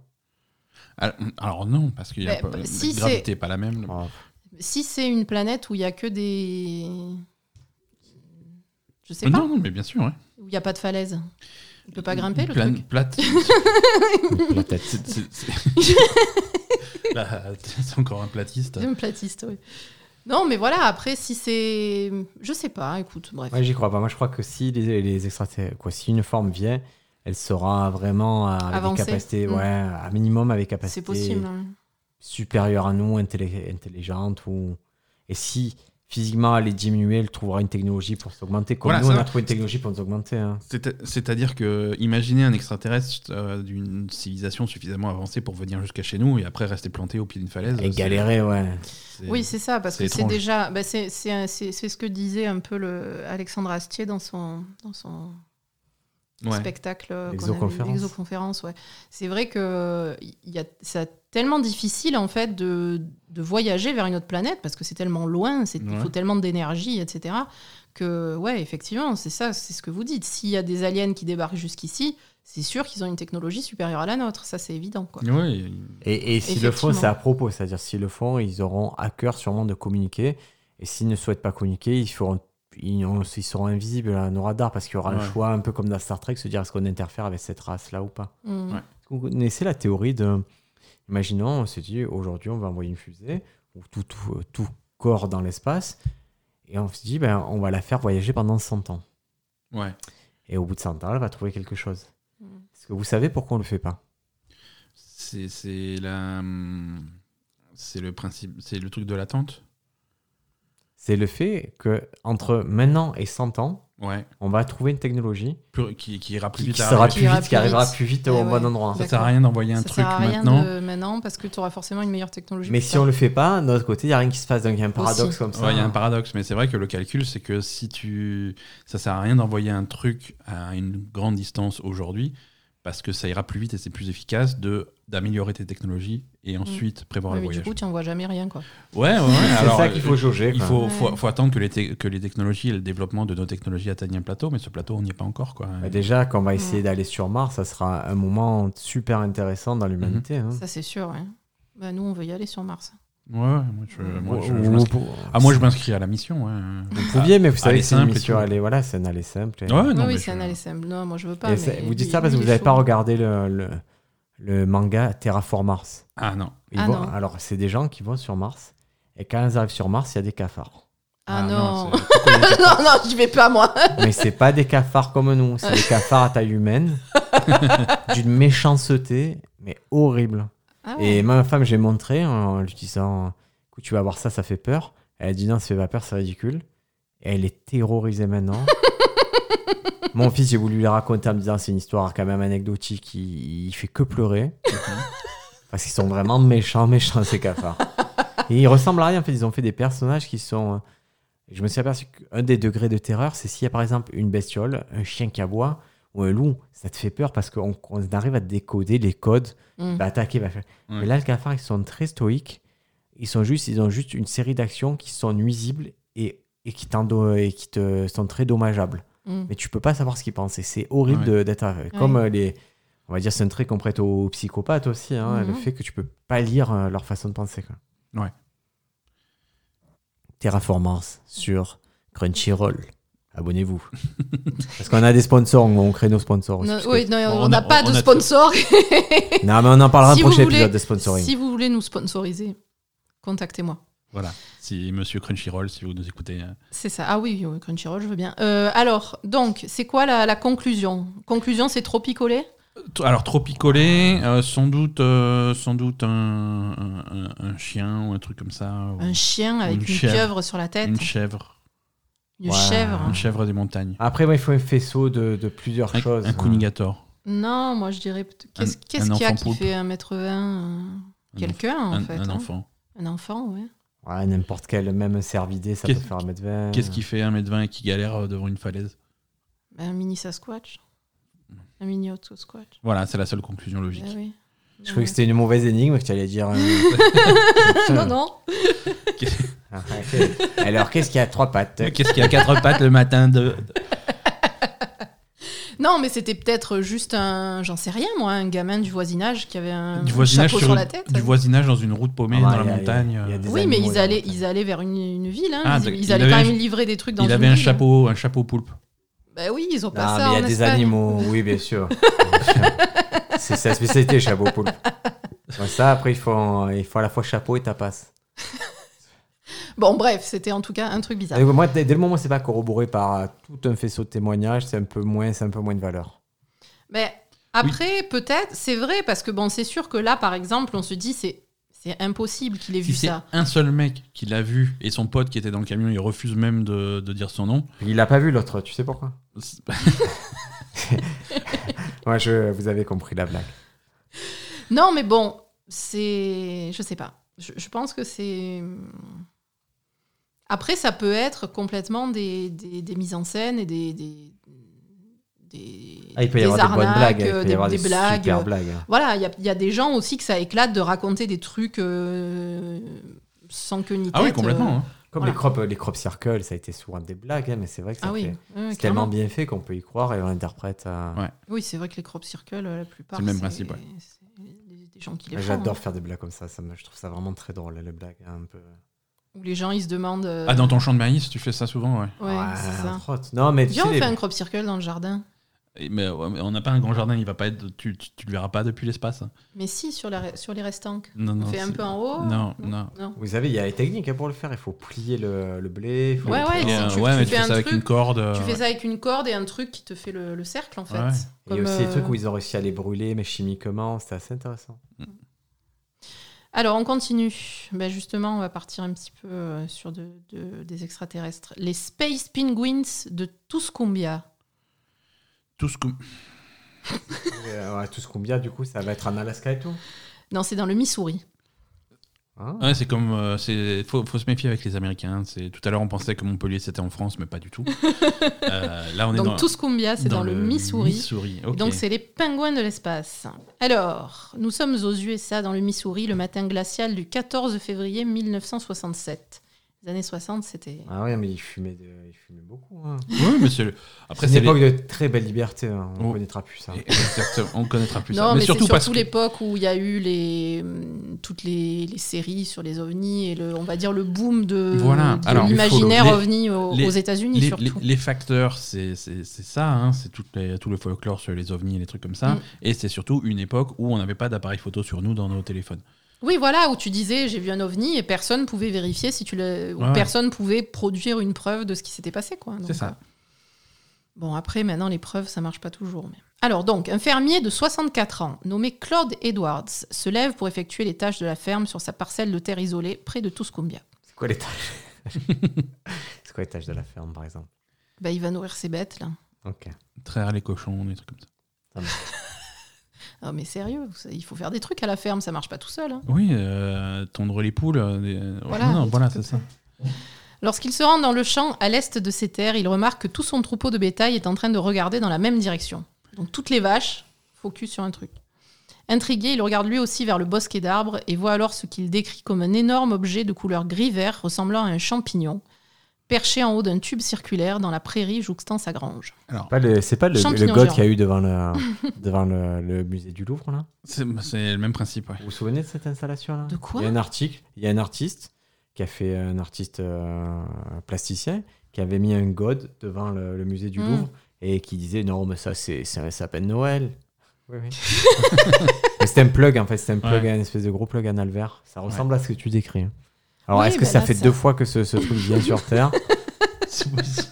C: Ah, Alors non, parce qu'il y a
A: Mais,
C: pas-
A: bah,
C: la
A: si,
C: gravité, pas la même.
B: Oh,
A: Si c'est une planète où il y a que des, je sais pas,
C: non, non, mais bien sûr. ouais.
A: où il n'y a pas de falaise, il peut pas grimper le
C: Plane-
A: truc.
C: Plate.
B: la tête.
C: C'est- c'est- c'est- Bah, c'est encore un platiste.
A: Même platiste, oui. Non, mais voilà. Après, si c'est, je sais pas. Écoute, bref.
B: Moi j'y crois pas. Moi je crois que si les, les extraterrestres, quoi, si une forme vient, elle sera vraiment à, avec des
A: Avancée.
B: capacités,
A: Mm.
B: ouais, à minimum avec capacité
A: c'est possible. hein.
B: supérieure à nous, intelli- intelligente ou et si physiquement elle est diminuée, elle trouvera une technologie pour s'augmenter. Comme
C: Voilà,
B: nous
C: ça
B: on a
C: va.
B: trouvé une technologie pour nous augmenter. hein.
C: C'est- C'est-à-dire que imaginez un extraterrestre euh, d'une civilisation suffisamment avancée pour venir jusqu'à chez nous et après rester planté au pied d'une falaise.
B: Et
C: c'est-
B: galérer, ouais.
C: c'est-
A: Oui, c'est ça, parce
C: c'est
A: que c'est
C: étrange.
A: déjà. bah, c'est- c'est un- c'est c'est ce que disait un peu le Alexandre Astier dans son, dans son
C: Ouais.
A: spectacle. euh, qu'on
B: Exoconférence.
A: avait- Exoconférence, ouais. C'est vrai que il y a, c'est tellement difficile, en fait, de, de voyager vers une autre planète, parce que c'est tellement loin, c'est- il
C: Ouais.
A: faut tellement d'énergie, etc. Que, ouais, effectivement, c'est ça, c'est ce que vous dites. S'il y a des aliens qui débarquent jusqu'ici, c'est sûr qu'ils ont une technologie supérieure à la nôtre, ça c'est évident, quoi.
C: Ouais, et-
B: Et, et s'ils le font,
A: Effectivement.
B: c'est à propos. C'est-à-dire, s'ils le font, ils auront à cœur sûrement de communiquer. Et s'ils ne souhaitent pas communiquer, ils, feront, ils, ont- ils seront invisibles à nos radars parce qu'il y aura
C: Ouais.
B: un choix un peu comme dans Star Trek, se dire est-ce qu'on interfère avec cette race-là ou pas.
A: Mm.
C: Ouais.
B: Est-ce que Vous connaissez la théorie de. Imaginons, on se dit aujourd'hui, on va envoyer une fusée où tout, tout, tout, corps dans l'espace. Et on se dit, ben, on va la faire voyager pendant 100 ans.
C: Ouais.
B: Et au bout de 100 ans, elle va trouver quelque chose.
A: Mm.
B: Parce que vous savez pourquoi on ne le fait pas
C: C'est c'est la. hum, C'est le principe. C'est le truc de l'attente.
B: C'est le fait que entre maintenant et 100 ans,
C: Ouais.
B: on va trouver une technologie
C: Plus- qui, qui ira plus
B: qui,
C: vite.
B: qui
C: à
B: sera
C: arriver.
B: plus
A: Qui ira
B: vite, qui
A: plus
B: arrivera
A: vite.
B: plus vite
A: Eh
B: au
A: ouais.
B: bon endroit.
C: Ça sert
A: D'accord.
C: à rien d'envoyer un
A: ça
C: truc
A: sert à rien
C: maintenant.
A: de- maintenant parce que tu auras forcément une meilleure technologie.
B: Mais
A: plus
B: si
A: tard.
B: on le fait pas, d'un autre côté, il n'y a rien qui se passe. Donc il y a un paradoxe
A: Aussi.
B: comme ça.
C: Ouais, il y a un paradoxe, mais c'est vrai que le calcul, c'est que si tu. Ça sert à rien d'envoyer un truc à une grande distance aujourd'hui, parce que ça ira plus vite et c'est plus efficace de d'améliorer tes technologies et ensuite prévoir
A: Ouais,
C: le
A: mais du
C: voyage.
A: coup, tu n'en vois jamais rien quoi.
C: Ouais, ouais, ouais,
B: C'est
C: alors,
B: ça qu'il faut
C: euh,
B: jauger.
C: Il
B: quoi.
C: faut,
A: Ouais.
C: faut, faut attendre que les, te- que les technologies et le développement de nos technologies atteignent un plateau, mais ce plateau, on n'y est pas encore. Quoi.
B: Bah, déjà, quand on va
A: Mm.
B: essayer d'aller sur Mars, ça sera un moment super intéressant dans l'humanité.
C: Mhm.
B: hein.
A: Ça c'est sûr. ouais. Bah, nous, on veut y aller sur Mars.
C: Ouais, ouais, moi, je, moi, je- je
B: Ou- ou-
C: m'inscris-
B: pour-
C: ah, moi, je m'inscris à la mission. ouais.
B: Vous pouviez, mais vous savez
C: aller
B: que c'est une
C: simple et
B: mission,
C: tout.
B: elle est- voilà, c'est une allée simple.
C: Ouais,
B: et-
C: Ah non,
A: oui,
C: mais
A: oui,
C: je-
A: c'est un LSM. Non, moi, je veux pas.
B: Et c'est-
A: mais
B: vous dites
A: lui-
B: ça parce que
A: lui,
B: vous
A: il est
B: n'avez pas
A: chaud.
B: regardé le, le, le manga Terraform Mars.
C: Ah non.
B: Ils
A: Ah
B: vont-
A: non.
B: alors, c'est des gens qui vont sur Mars, et quand ils arrivent sur Mars, il y a des cafards.
A: Ah, non.
C: c'est- pourquoi il y a-
A: non, non, j'y vais pas moi.
B: Mais c'est pas des cafards comme nous, c'est des cafards à taille humaine, d'une méchanceté, mais horrible.
A: Ah ouais.
B: Et ma femme, j'ai montré en lui disant Écoute, tu vas voir ça, ça fait peur. Elle a dit Non, ça fait pas peur, c'est ridicule. Et elle est terrorisée maintenant. Mon fils, j'ai voulu lui raconter en me disant C'est une histoire quand même anecdotique, il, il fait que pleurer. Parce qu'ils sont vraiment méchants, méchants, ces cafards. Et ils ressemblent à rien, en fait. Ils ont fait des personnages qui sont. euh, Je me suis aperçu qu'un des degrés de terreur, c'est s'il y a par exemple une bestiole, un chien qui aboie ou un loup, ça te fait peur parce qu'on on arrive à décoder les codes
A: Mm.
B: va Bah, attaquer, va faire. Mais là, le cafard, ils sont très stoïques. Ils sont juste, ils ont juste une série d'actions qui sont nuisibles et, et qui, t'endo- et qui te sont très dommageables.
A: Mm.
B: Mais tu peux pas savoir ce qu'ils pensent. Et c'est horrible
C: Ouais.
B: de- d'être euh, comme euh, les. On va dire, c'est un trait qu'on prête aux psychopathes aussi, hein, le
A: Mhm.
B: fait que tu peux pas lire euh, leur façon de penser. Quoi.
C: Ouais.
B: Terraformance sur Crunchyroll. Abonnez-vous. Parce qu'on a des sponsors, on crée nos sponsors aussi.
A: Non,
B: parce que-
A: oui, non,
C: on
A: on n'a
C: a-
A: pas
C: on
A: de
C: a-
A: sponsor.
B: Non, mais on en parlera
A: Si
B: dans le prochain
A: vous voulez-
B: épisode de sponsoring.
A: si vous voulez nous sponsoriser, contactez-moi.
C: Voilà. Si Monsieur Crunchyroll, si vous nous écoutez. euh,
A: C'est ça. Ah oui, oui, Crunchyroll, je veux bien. Euh, alors, donc, c'est quoi la, la conclusion Conclusion, c'est trop picolé
C: T- Alors, trop picolé, euh, sans doute, euh, sans doute un, un- un- un chien ou un truc comme ça. ou
A: Un chien avec
C: Une
A: une,
C: chèvre.
A: pieuvre sur la tête,
C: une chèvre.
A: une
B: Ouais.
A: chèvre.
C: Une chèvre des montagnes.
B: Après, moi, il faut un faisceau de, de plusieurs
C: Un,
B: choses. hein.
C: un kunigator.
A: Non, moi je dirais. peut- Qu'est-ce
C: Un-
A: qu'est-ce
C: un
A: qu'il y a
C: enfant
A: qui
C: poulpe.
A: fait 1m20 euh,
C: Un
A: Quelqu'un, en
C: un,
A: fait.
C: un
A: hein.
C: enfant.
A: Un enfant, ouais.
B: Ouais, n'importe quel, même un cervidé, ça peut
C: Qu'est-ce-
B: faire 1m20.
C: Qu'est-ce qui fait 1m20 et qui galère euh, devant une falaise
A: Ben, Un mini Sasquatch. Un mini auto Sasquatch.
C: Voilà, c'est la seule conclusion logique.
A: Ah oui.
B: Je croyais que c'était une mauvaise énigme que tu allais dire. euh,
A: Non, non.
B: Arrêtez. Alors, qu'est-ce qui a trois pattes
C: Qu'est-ce qui a quatre pattes le matin de.
A: Non, mais c'était peut-être juste un, j'en sais rien moi, un gamin du voisinage qui avait un,
C: du voisinage
A: chapeau
C: sur
A: sur,
C: une-
A: la tête. hein.
C: Du voisinage dans une route paumée
B: Ah,
C: dans
B: il y
C: la
B: a-
C: montagne.
B: il y a- il y a
C: euh,
B: des
A: oui, mais
B: animaux
A: ils
B: dans la
A: allaient,
B: montagne.
A: ils allaient vers une, une ville. Hein.
C: Ah,
A: ils,
C: donc,
A: ils
C: il
A: allaient quand
C: avait
A: même
C: un-
A: livrer des trucs dans
C: Il
A: une
C: avait un
A: ville.
C: chapeau, un chapeau poulpe.
A: Ben oui, ils ont pas ça.
B: Non, mais il y a
A: en
B: des
A: Espagne.
B: animaux. Oui, bien sûr. Bien sûr. C'est sa spécialité, chapeau poulpe. Bon, ça, après, il faut, il faut à la fois chapeau et tapas.
A: Bon, bref, c'était en tout cas un truc bizarre.
B: Et Moi, dès dès le moment où c'est pas corroboré par euh, tout un faisceau de témoignages, c'est un peu moins, c'est un peu moins de valeur.
A: Mais après, peut-être, c'est vrai parce que bon, c'est sûr que là, par exemple, on se dit c'est c'est impossible qu'il ait
C: Si
A: vu
C: c'est
A: ça.
C: un seul mec qui l'a vu et son pote qui était dans le camion, il refuse même de, de dire son nom. Ah
B: Il l'a pas vu l'autre, tu sais pourquoi
C: C'est-
B: Moi, je, vous avez compris la blague.
A: Non, mais bon, c'est, je sais pas. Je, je pense que c'est. Après, ça peut être complètement des, des, des mises en scène et des des, des,
B: Ah, il peut y
A: des
B: avoir des bonnes
A: arnaques,
B: blagues, il peut
A: euh,
B: y
A: des,
B: avoir
A: des
B: des,
A: blagues.
B: super blagues. hein.
A: Voilà, il y a- il y, a des gens aussi que ça éclate de raconter des trucs euh, sans que ni
C: Ah oui,
A: tête, euh.
C: complètement. hein.
B: Comme
A: Voilà.
B: les crop, les crop circles, ça a été souvent des blagues, hein, mais c'est vrai que ça
A: Ah oui,
B: fait-
A: ouais, ouais,
B: c'est tellement
A: clairement.
B: bien fait qu'on peut y croire et on l'interprète. euh, à-
C: Ouais.
A: Oui, c'est vrai que les crop circles, euh, la plupart,
C: C'est le même principe, ouais.
A: c'est des, des gens qui les
B: Moi,
A: font.
B: Ah, J'adore
A: hein.
B: faire des blagues comme ça, ça me- je trouve ça vraiment très drôle, les blagues hein, un peu.
A: hein. Où les gens, ils se demandent. euh,
C: Ah, dans ton champ de maïs, tu fais ça souvent, ouais.
B: Ah,
A: Ouais, c'est ça.
B: entre autres. Non, mais tu
A: Viens,
B: sais,
A: on
B: les-
A: fait un crop circle dans le jardin.
C: Et- Mais ouais, mais on n'a pas un grand jardin, il va pas être, tu, tu, tu le verras pas depuis l'espace. hein.
A: Mais si, sur, la, sur les restanques.
C: Non,
A: On
C: non.
A: fait un
C: c'est-
A: peu en haut. Mm.
C: Non, non.
B: Vous savez, il y a les techniques hein, pour le faire. Il faut plier le, le blé. il faut
A: Ouais,
B: le-
A: ouais,
C: Et, euh,
A: si tu-
C: ouais,
A: tu
C: mais
A: fais
C: tu fais
A: un
C: ça avec
A: truc,
C: une corde. euh,
A: Tu fais ça avec une corde et un truc qui te fait le, le cercle, en fait.
C: Ouais.
B: Et il y a
A: Comme,
B: aussi des trucs
A: euh,
B: où ils ont réussi à les brûler, mais chimiquement, c'était assez intéressant.
A: Alors, on continue. Ben justement, on va partir un petit peu euh, sur de- de- des extraterrestres. Les Space Penguins de Tuscumbia.
C: Tout ce que-
B: Et, euh, ouais, tout ce combien, du coup, ça va être en Alaska et tout
A: Non, c'est dans le Missouri.
B: Hein
C: Ouais, c'est comme. euh, c'est faut, faut se méfier avec les Américains. C'est tout à l'heure on pensait que Montpellier c'était en France, mais pas du tout. Euh, là on est
A: Donc,
C: dans,
A: Tuscumbia, c'est dans, le, Missouri.
C: Missouri, ok.
A: Donc, c'est les pingouins de l'espace. Alors, nous sommes aux USA, dans le Missouri, le matin glacial du 14 février 1967. Les années 60, c'était.
B: Ah ouais, mais ils fumaient, de- ils fumaient beaucoup. hein.
C: Oui, mais c'est- après
B: C'est
C: c'est
B: une époque de très belle liberté. hein, On
C: Oh.
B: connaîtra plus ça.
C: les- Exactement, on connaîtra plus
A: Non,
C: ça.
A: mais, c'est surtout,
C: parce que-
A: l'époque où il y a eu les, hum, toutes les, les séries sur les ovnis et le, on va dire le boom de,
C: Voilà.
A: de
C: Alors,
A: l'imaginaire
C: les-
A: ovni aux,
C: les-
A: aux États-Unis
C: les,
A: surtout.
C: les- les facteurs, c'est c'est- c'est ça, hein, c'est tout, tout le folklore sur les ovnis et les trucs comme ça.
A: Mm.
C: Et c'est surtout une époque où on n'avait pas d'appareil photo sur nous dans nos téléphones.
A: Oui, voilà, où tu disais j'ai vu un ovni et personne pouvait vérifier si tu le, ou
C: Ouais.
A: personne pouvait produire une preuve de ce qui s'était passé, quoi. Donc,
C: C'est ça.
A: euh, Bon, après, maintenant, les preuves, ça marche pas toujours. mais- Alors, donc, un fermier de 64 ans, nommé Claude Edwards, se lève pour effectuer les tâches de la ferme sur sa parcelle de terre isolée, près de Tuscumbia.
B: C'est quoi l'étage C'est quoi l'étage de la ferme, par exemple
A: Bah, il va nourrir ses bêtes, là.
B: Ok.
C: Traire les cochons, des trucs comme ça.
A: Ah, mais sérieux, ça- il faut faire des trucs à la ferme, ça marche pas tout seul. hein.
C: Oui, euh, tondre les poules. euh, des- euh,
A: Voilà,
C: non,
A: des
C: voilà c'est
A: trucs
C: ça.
A: Lorsqu'il se rend dans le champ à l'est de ses terres, il remarque que tout son troupeau de bétail est en train de regarder dans la même direction. Donc toutes les vaches, focus sur un truc. Intrigué, il regarde lui aussi vers le bosquet d'arbres et voit alors ce qu'il décrit comme un énorme objet de couleur gris-vert ressemblant à un champignon, perché en haut d'un tube circulaire dans la prairie jouxtant sa grange.
C: Alors,
B: Pas le- C'est pas le,
A: Champignon
B: le god
A: géant.
B: qu'il y a eu devant le, devant le, le musée du Louvre, là
C: c'est bah, c'est le même principe. ouais.
B: Vous vous souvenez de cette installation-là
A: De quoi
B: Il y a un article, il y a un artiste qui a fait un artiste euh, plasticien qui avait mis un god devant le, le musée du
A: Mm.
B: Louvre et qui disait non mais ça c'est c'est un sapin de Noël. Oui, oui. Mais c'était un plug en fait, c'était un plug,
C: Ouais.
B: un espèce de gros plug à Alvers. Ça ressemble à ce que tu décris. hein. Alors
A: Oui,
B: est-ce que
A: bah
B: ça
A: là,
B: fait
A: ça-
B: deux fois que ce, ce truc vient sur Terre
C: C'est possible.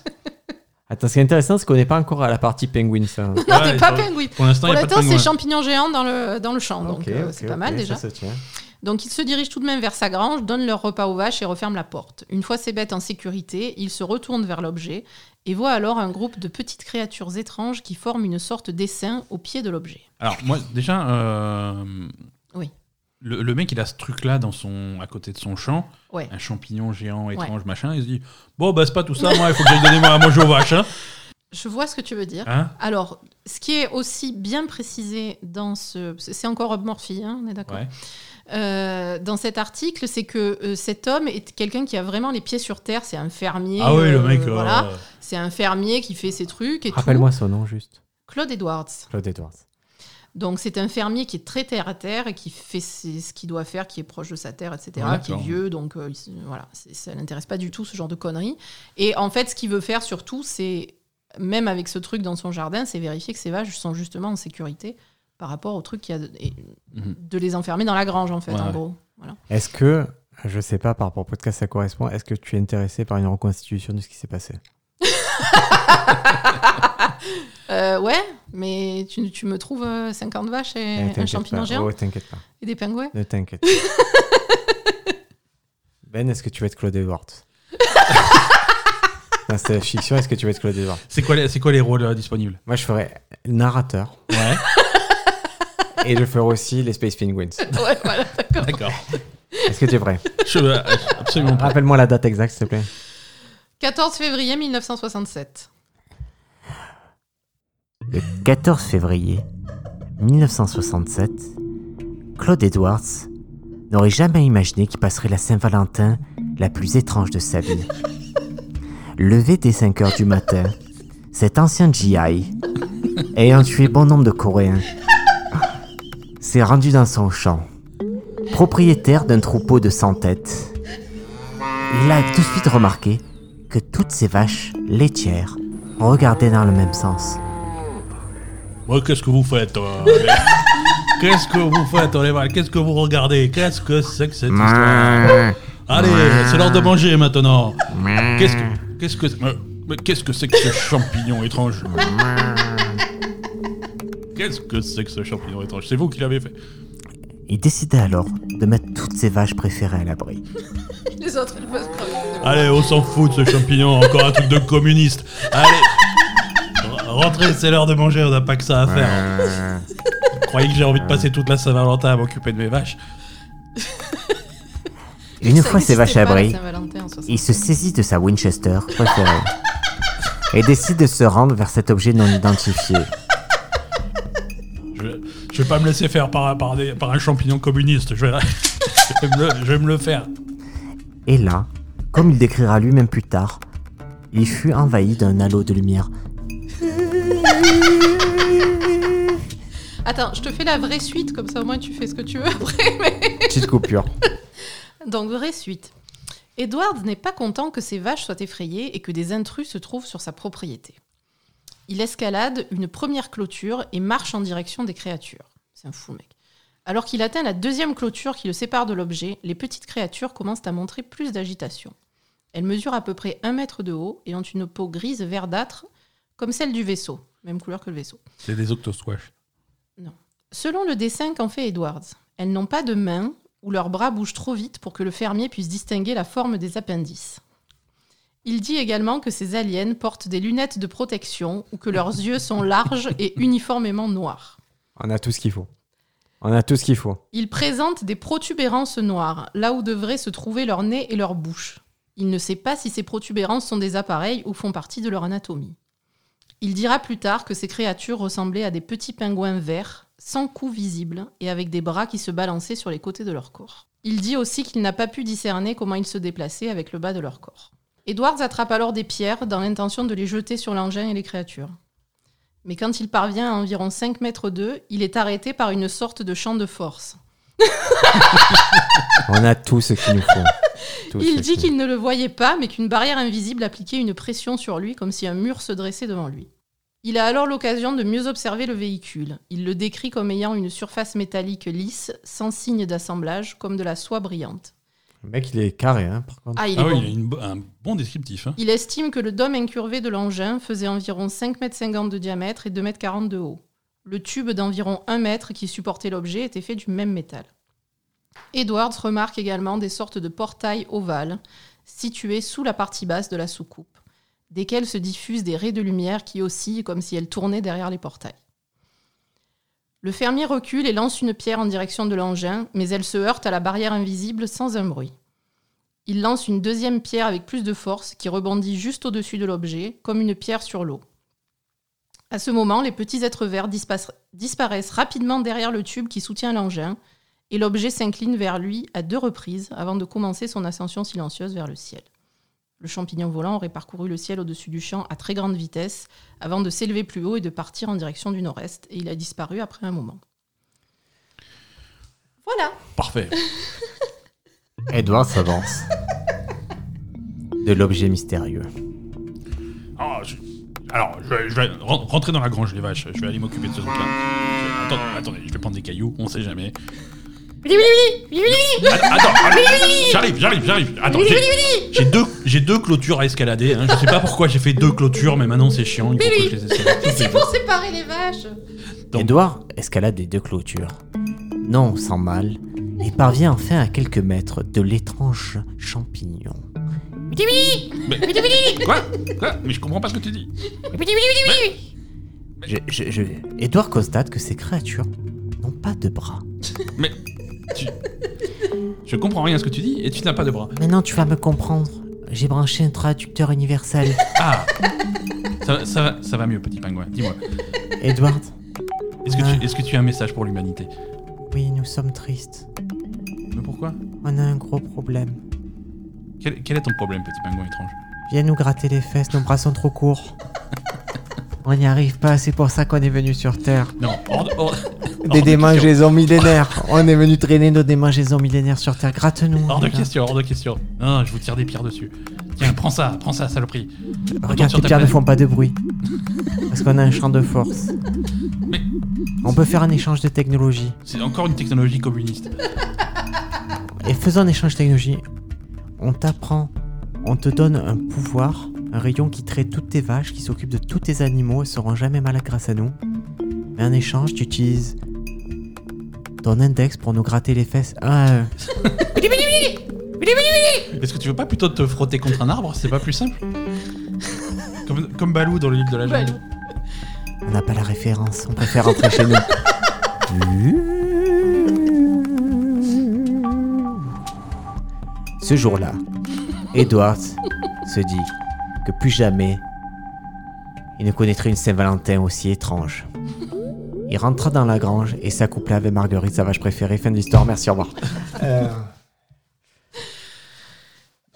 B: Attends, ce qui est intéressant, c'est qu'on n'est pas encore à la partie penguin ça.
A: Non,
C: Ouais,
A: t'es pas
C: pour-
A: pingouin.
C: Pour l'instant,
A: Pour
C: il n'y
A: l'instant,
C: a pas de
A: c'est
C: pingouin.
A: champignon géant dans le, dans le champ,
B: Ok,
A: donc euh,
B: ok,
A: c'est pas
B: ok,
A: mal déjà.
B: Ça se tient.
A: Donc ils se dirigent tout de même vers sa grange, donnent leur repas aux vaches et referment la porte. Une fois ces bêtes en sécurité, ils se retournent vers l'objet et voient alors un groupe de petites créatures étranges qui forment une sorte d'essaim au pied de l'objet.
C: Alors, moi, déjà, euh,
A: Oui.
C: le, le mec, il a ce truc-là dans son, à côté de son champ,
A: Ouais.
C: un champignon géant, étrange, machin. Il se dit Bon, bah, c'est pas tout ça, moi, il faut que j'aille donner ma- à manger aux vaches. Hein
A: Je vois ce que tu veux dire.
C: Hein
A: Alors, ce qui est aussi bien précisé dans ce... C'est encore Rob Murphy, hein, on est d'accord
C: Ouais.
A: Euh, dans cet article, c'est que euh, cet homme est quelqu'un qui a vraiment les pieds sur terre. C'est un fermier.
C: ah oui, le
A: euh,
C: mec. euh,
A: voilà. C'est un fermier qui fait ses trucs et tout.
B: Rappelle-moi son nom juste.
A: Claude Edwards.
B: Claude Edwards.
A: Donc c'est un fermier qui est très terre à terre et qui fait ses- ce qu'il doit faire, qui est proche de sa terre, etc.,
C: Ouais,
A: qui est
C: d'accord.
A: vieux, donc euh, il se- voilà, c'est- ça l'intéresse pas du tout ce genre de conneries. Et en fait, ce qu'il veut faire surtout, c'est même avec ce truc dans son jardin, c'est vérifier que ses vaches sont justement en sécurité par rapport au truc qu'il y a de, et
C: Mhm.
A: de les enfermer dans la grange en fait,
C: Ouais,
A: en
C: ouais.
A: gros. Voilà.
B: Est-ce que, je sais pas par rapport au podcast ça correspond, est-ce que tu es intéressé par une reconstitution de ce qui s'est passé
A: Euh, ouais, mais tu, tu me trouves euh, 50 vaches
B: Eh,
A: et un
B: t'inquiète
A: champignon
B: pas.
A: géant
B: Oh, t'inquiète pas.
A: et des pingouins.
B: Ne t'inquiète pas. ben, est-ce que tu vas être Claude Edwards Non, C'est la fiction, est-ce que tu vas être Claude Edwards
C: C'est quoi, les- c'est quoi les rôles euh, disponibles
B: Moi, je ferais narrateur
C: Ouais,
B: et je ferais aussi les Space Penguins.
A: ouais, voilà, d'accord.
C: d'accord.
B: Est-ce que tu es prêt
C: Je- euh, Absolument pas.
B: Rappelle-moi la date exacte, s'il te plaît.
A: 14 février 1967.
D: Le 14 février 1967, Claude Edwards n'aurait jamais imaginé qu'il passerait la Saint-Valentin la plus étrange de sa vie. Levé dès 5 heures du matin, cet ancien GI, ayant tué bon nombre de Coréens, s'est rendu dans son champ. Propriétaire d'un troupeau de 100 têtes, il a tout de suite remarqué que toutes ces vaches laitières regardaient dans le même sens.
C: Moi, qu'est-ce que vous faites euh, les- Qu'est-ce que vous faites, euh, les mâles Qu'est-ce que vous regardez Qu'est-ce que c'est que cette histoire Allez, c'est l'heure de manger maintenant. Qu'est-ce que qu'est-ce que euh, mais qu'est-ce que c'est que ce champignon étrange Qu'est-ce que c'est que ce champignon étrange C'est vous qui l'avez fait.
D: Il décida alors de mettre toutes ses vaches préférées à l'abri.
A: Les autres, ils peuvent crever.
C: Allez, on s'en fout de ce champignon, encore un truc de communiste. Allez, re- rentrez, c'est l'heure de manger, on n'a pas que ça à faire. Vous Croyez que j'ai envie de passer toute la Saint-Valentin à m'occuper de mes vaches
D: Une
A: Ça
D: fois
A: n'existait
D: ses vaches
A: pas,
D: à
A: la
D: abri,
A: Saint-Valentin en 60.
D: il se saisit de sa Winchester préférée et décide de se rendre vers cet objet non identifié.
C: je, vais- je vais pas me laisser faire par, un- par des- par un champignon communiste, je vais, je vais me, le, je vais me le faire.
D: Et là, comme il décrira lui-même plus tard, il fut envahi d'un halo de lumière.
A: Attends, je te fais la vraie suite, comme ça au moins tu fais ce que tu veux après.
B: Petite coupure.
A: Donc, vraie suite. Edward n'est pas content que ses vaches soient effrayées et que des intrus se trouvent sur sa propriété. Il escalade une première clôture et marche en direction des créatures. C'est un fou mec. Alors qu'il atteint la deuxième clôture qui le sépare de l'objet, les petites créatures commencent à montrer plus d'agitation. Elles mesurent à peu près un mètre de haut et ont une peau grise verdâtre, comme celle du vaisseau, même couleur que le vaisseau.
E: C'est des octosquash.
A: Selon le dessin qu'en fait Edwards, elles n'ont pas de mains ou leurs bras bougent trop vite pour que le fermier puisse distinguer la forme des appendices. Il dit également que ces aliens portent des lunettes de protection ou que leurs yeux sont larges et uniformément noirs.
B: On a tout ce qu'il faut. On a tout ce qu'il faut.
A: Il présente des protubérances noires, là où devraient se trouver leur nez et leur bouche. Il ne sait pas si ces protubérances sont des appareils ou font partie de leur anatomie. Il dira plus tard que ces créatures ressemblaient à des petits pingouins verts, sans cou visible et avec des bras qui se balançaient sur les côtés de leur corps. Il dit aussi qu'il n'a pas pu discerner comment ils se déplaçaient avec le bas de leur corps. Edwards attrape alors des pierres dans l'intention de les jeter sur l'engin et les créatures. Mais quand il parvient à environ 5 mètres d'eux, il est arrêté par une sorte de champ de force.
B: On a tout ce qu'il nous faut. Tout
A: Il
B: ce
A: dit
B: qu'il-
A: qu'il ne le voyait pas, mais qu'une barrière invisible appliquait une pression sur lui, comme si un mur se dressait devant lui. Il a alors l'occasion de mieux observer le véhicule. Il le décrit comme ayant une surface métallique lisse, sans signe d'assemblage, comme de la soie brillante.
B: Le mec, il est carré, hein, par contre.
A: Ah, il est
C: Ah oui,
A: bon.
C: il a une bo- un bon descriptif. hein.
A: Il estime que le dôme incurvé de l'engin faisait environ 5,50 m de diamètre et 2,40 m de haut. Le tube d'environ 1 mètre qui supportait l'objet était fait du même métal. Edwards remarque également des sortes de portails ovales situés sous la partie basse de la soucoupe, desquels se diffusent des raies de lumière qui oscillent comme si elles tournaient derrière les portails. Le fermier recule et lance une pierre en direction de l'engin, mais elle se heurte à la barrière invisible sans un bruit. Il lance une deuxième pierre avec plus de force qui rebondit juste au-dessus de l'objet, comme une pierre sur l'eau. À ce moment, les petits êtres verts dispassent- disparaissent rapidement derrière le tube qui soutient l'engin, et l'objet s'incline vers lui à deux reprises avant de commencer son ascension silencieuse vers le ciel. Le champignon volant aurait parcouru le ciel au-dessus du champ à très grande vitesse avant de s'élever plus haut et de partir en direction du nord-est, et il a disparu après un moment. Voilà.
C: Parfait.
D: Edward s'avance de l'objet mystérieux.
C: Ah, je- Alors, je vais, je vais ren- rentrer dans la grange, les vaches. Je vais aller m'occuper de ce truc-là. Je- Attendez, attendez, je vais prendre des cailloux, on sait jamais. Attends, attends, attends, j'arrive, j'arrive, j'arrive. Attends, j'ai- j'ai deux, j'ai deux clôtures à escalader. Hein. Je sais pas pourquoi j'ai fait deux clôtures, mais maintenant c'est chiant. Il faut que je les escalade. toutes les
A: C'est pour séparer les vaches.
C: Donc-
D: Edward escalade les deux clôtures. Non sans mal, et parvient enfin à quelques mètres de l'étrange champignon.
C: deux. Quoi Quoi Mais je comprends pas ce que tu dis.
D: Je, je- je- Edward constate que ces créatures n'ont pas de bras.
C: Mais tu- Je comprends rien à ce que tu dis et tu n'as pas de bras.
D: Maintenant tu vas me comprendre. J'ai branché un traducteur universel.
C: Ah ça, ça, va- ça va mieux, petit pingouin. Dis-moi,
D: Edward,
C: est-ce que, tu- est-ce que tu as un message pour l'humanité
D: oui, nous sommes tristes.
C: Mais pourquoi
D: On a un gros problème.
C: quel, quel est ton problème, petit pingouin étrange
D: Viens nous gratter les fesses, nos bras sont trop courts. On n'y arrive pas, c'est pour ça qu'on est venu sur Terre.
C: Non, hors de- hors- hors
B: Des
C: de question.
B: démangeaisons millénaires.
D: On est venu traîner nos démangeaisons millénaires sur Terre. Gratte-nous.
C: Hors de
D: regarde.
C: question, hors de question. Non, je vous tire des pierres dessus. Tiens, prends ça, prends ça, saloperie.
D: Regarde,
C: sur
D: tes
C: ta
D: pierres ne
C: planète.
D: font pas de bruit. Parce qu'on a un champ de force.
B: On peut faire un échange de technologie.
C: C'est encore une technologie communiste.
B: Et faisant un échange de technologie, on t'apprend, on te donne un pouvoir, un rayon qui traite toutes tes vaches, qui s'occupe de tous tes animaux et seront jamais malades grâce à nous. Mais en échange, tu utilises ton index pour nous gratter les fesses un à un.
C: Est-ce que tu veux pas plutôt te frotter contre un arbre C'est pas plus simple comme, comme Balou dans le livre de la jungle.
B: On n'a pas la référence, on préfère rentrer chez nous. Ce jour-là, Edward se dit que plus jamais il ne connaîtrait une Saint-Valentin aussi étrange. Il rentra dans la grange et s'accoupla avec Marguerite, sa vache préférée. Fin de l'histoire, merci, au revoir.
A: Ok.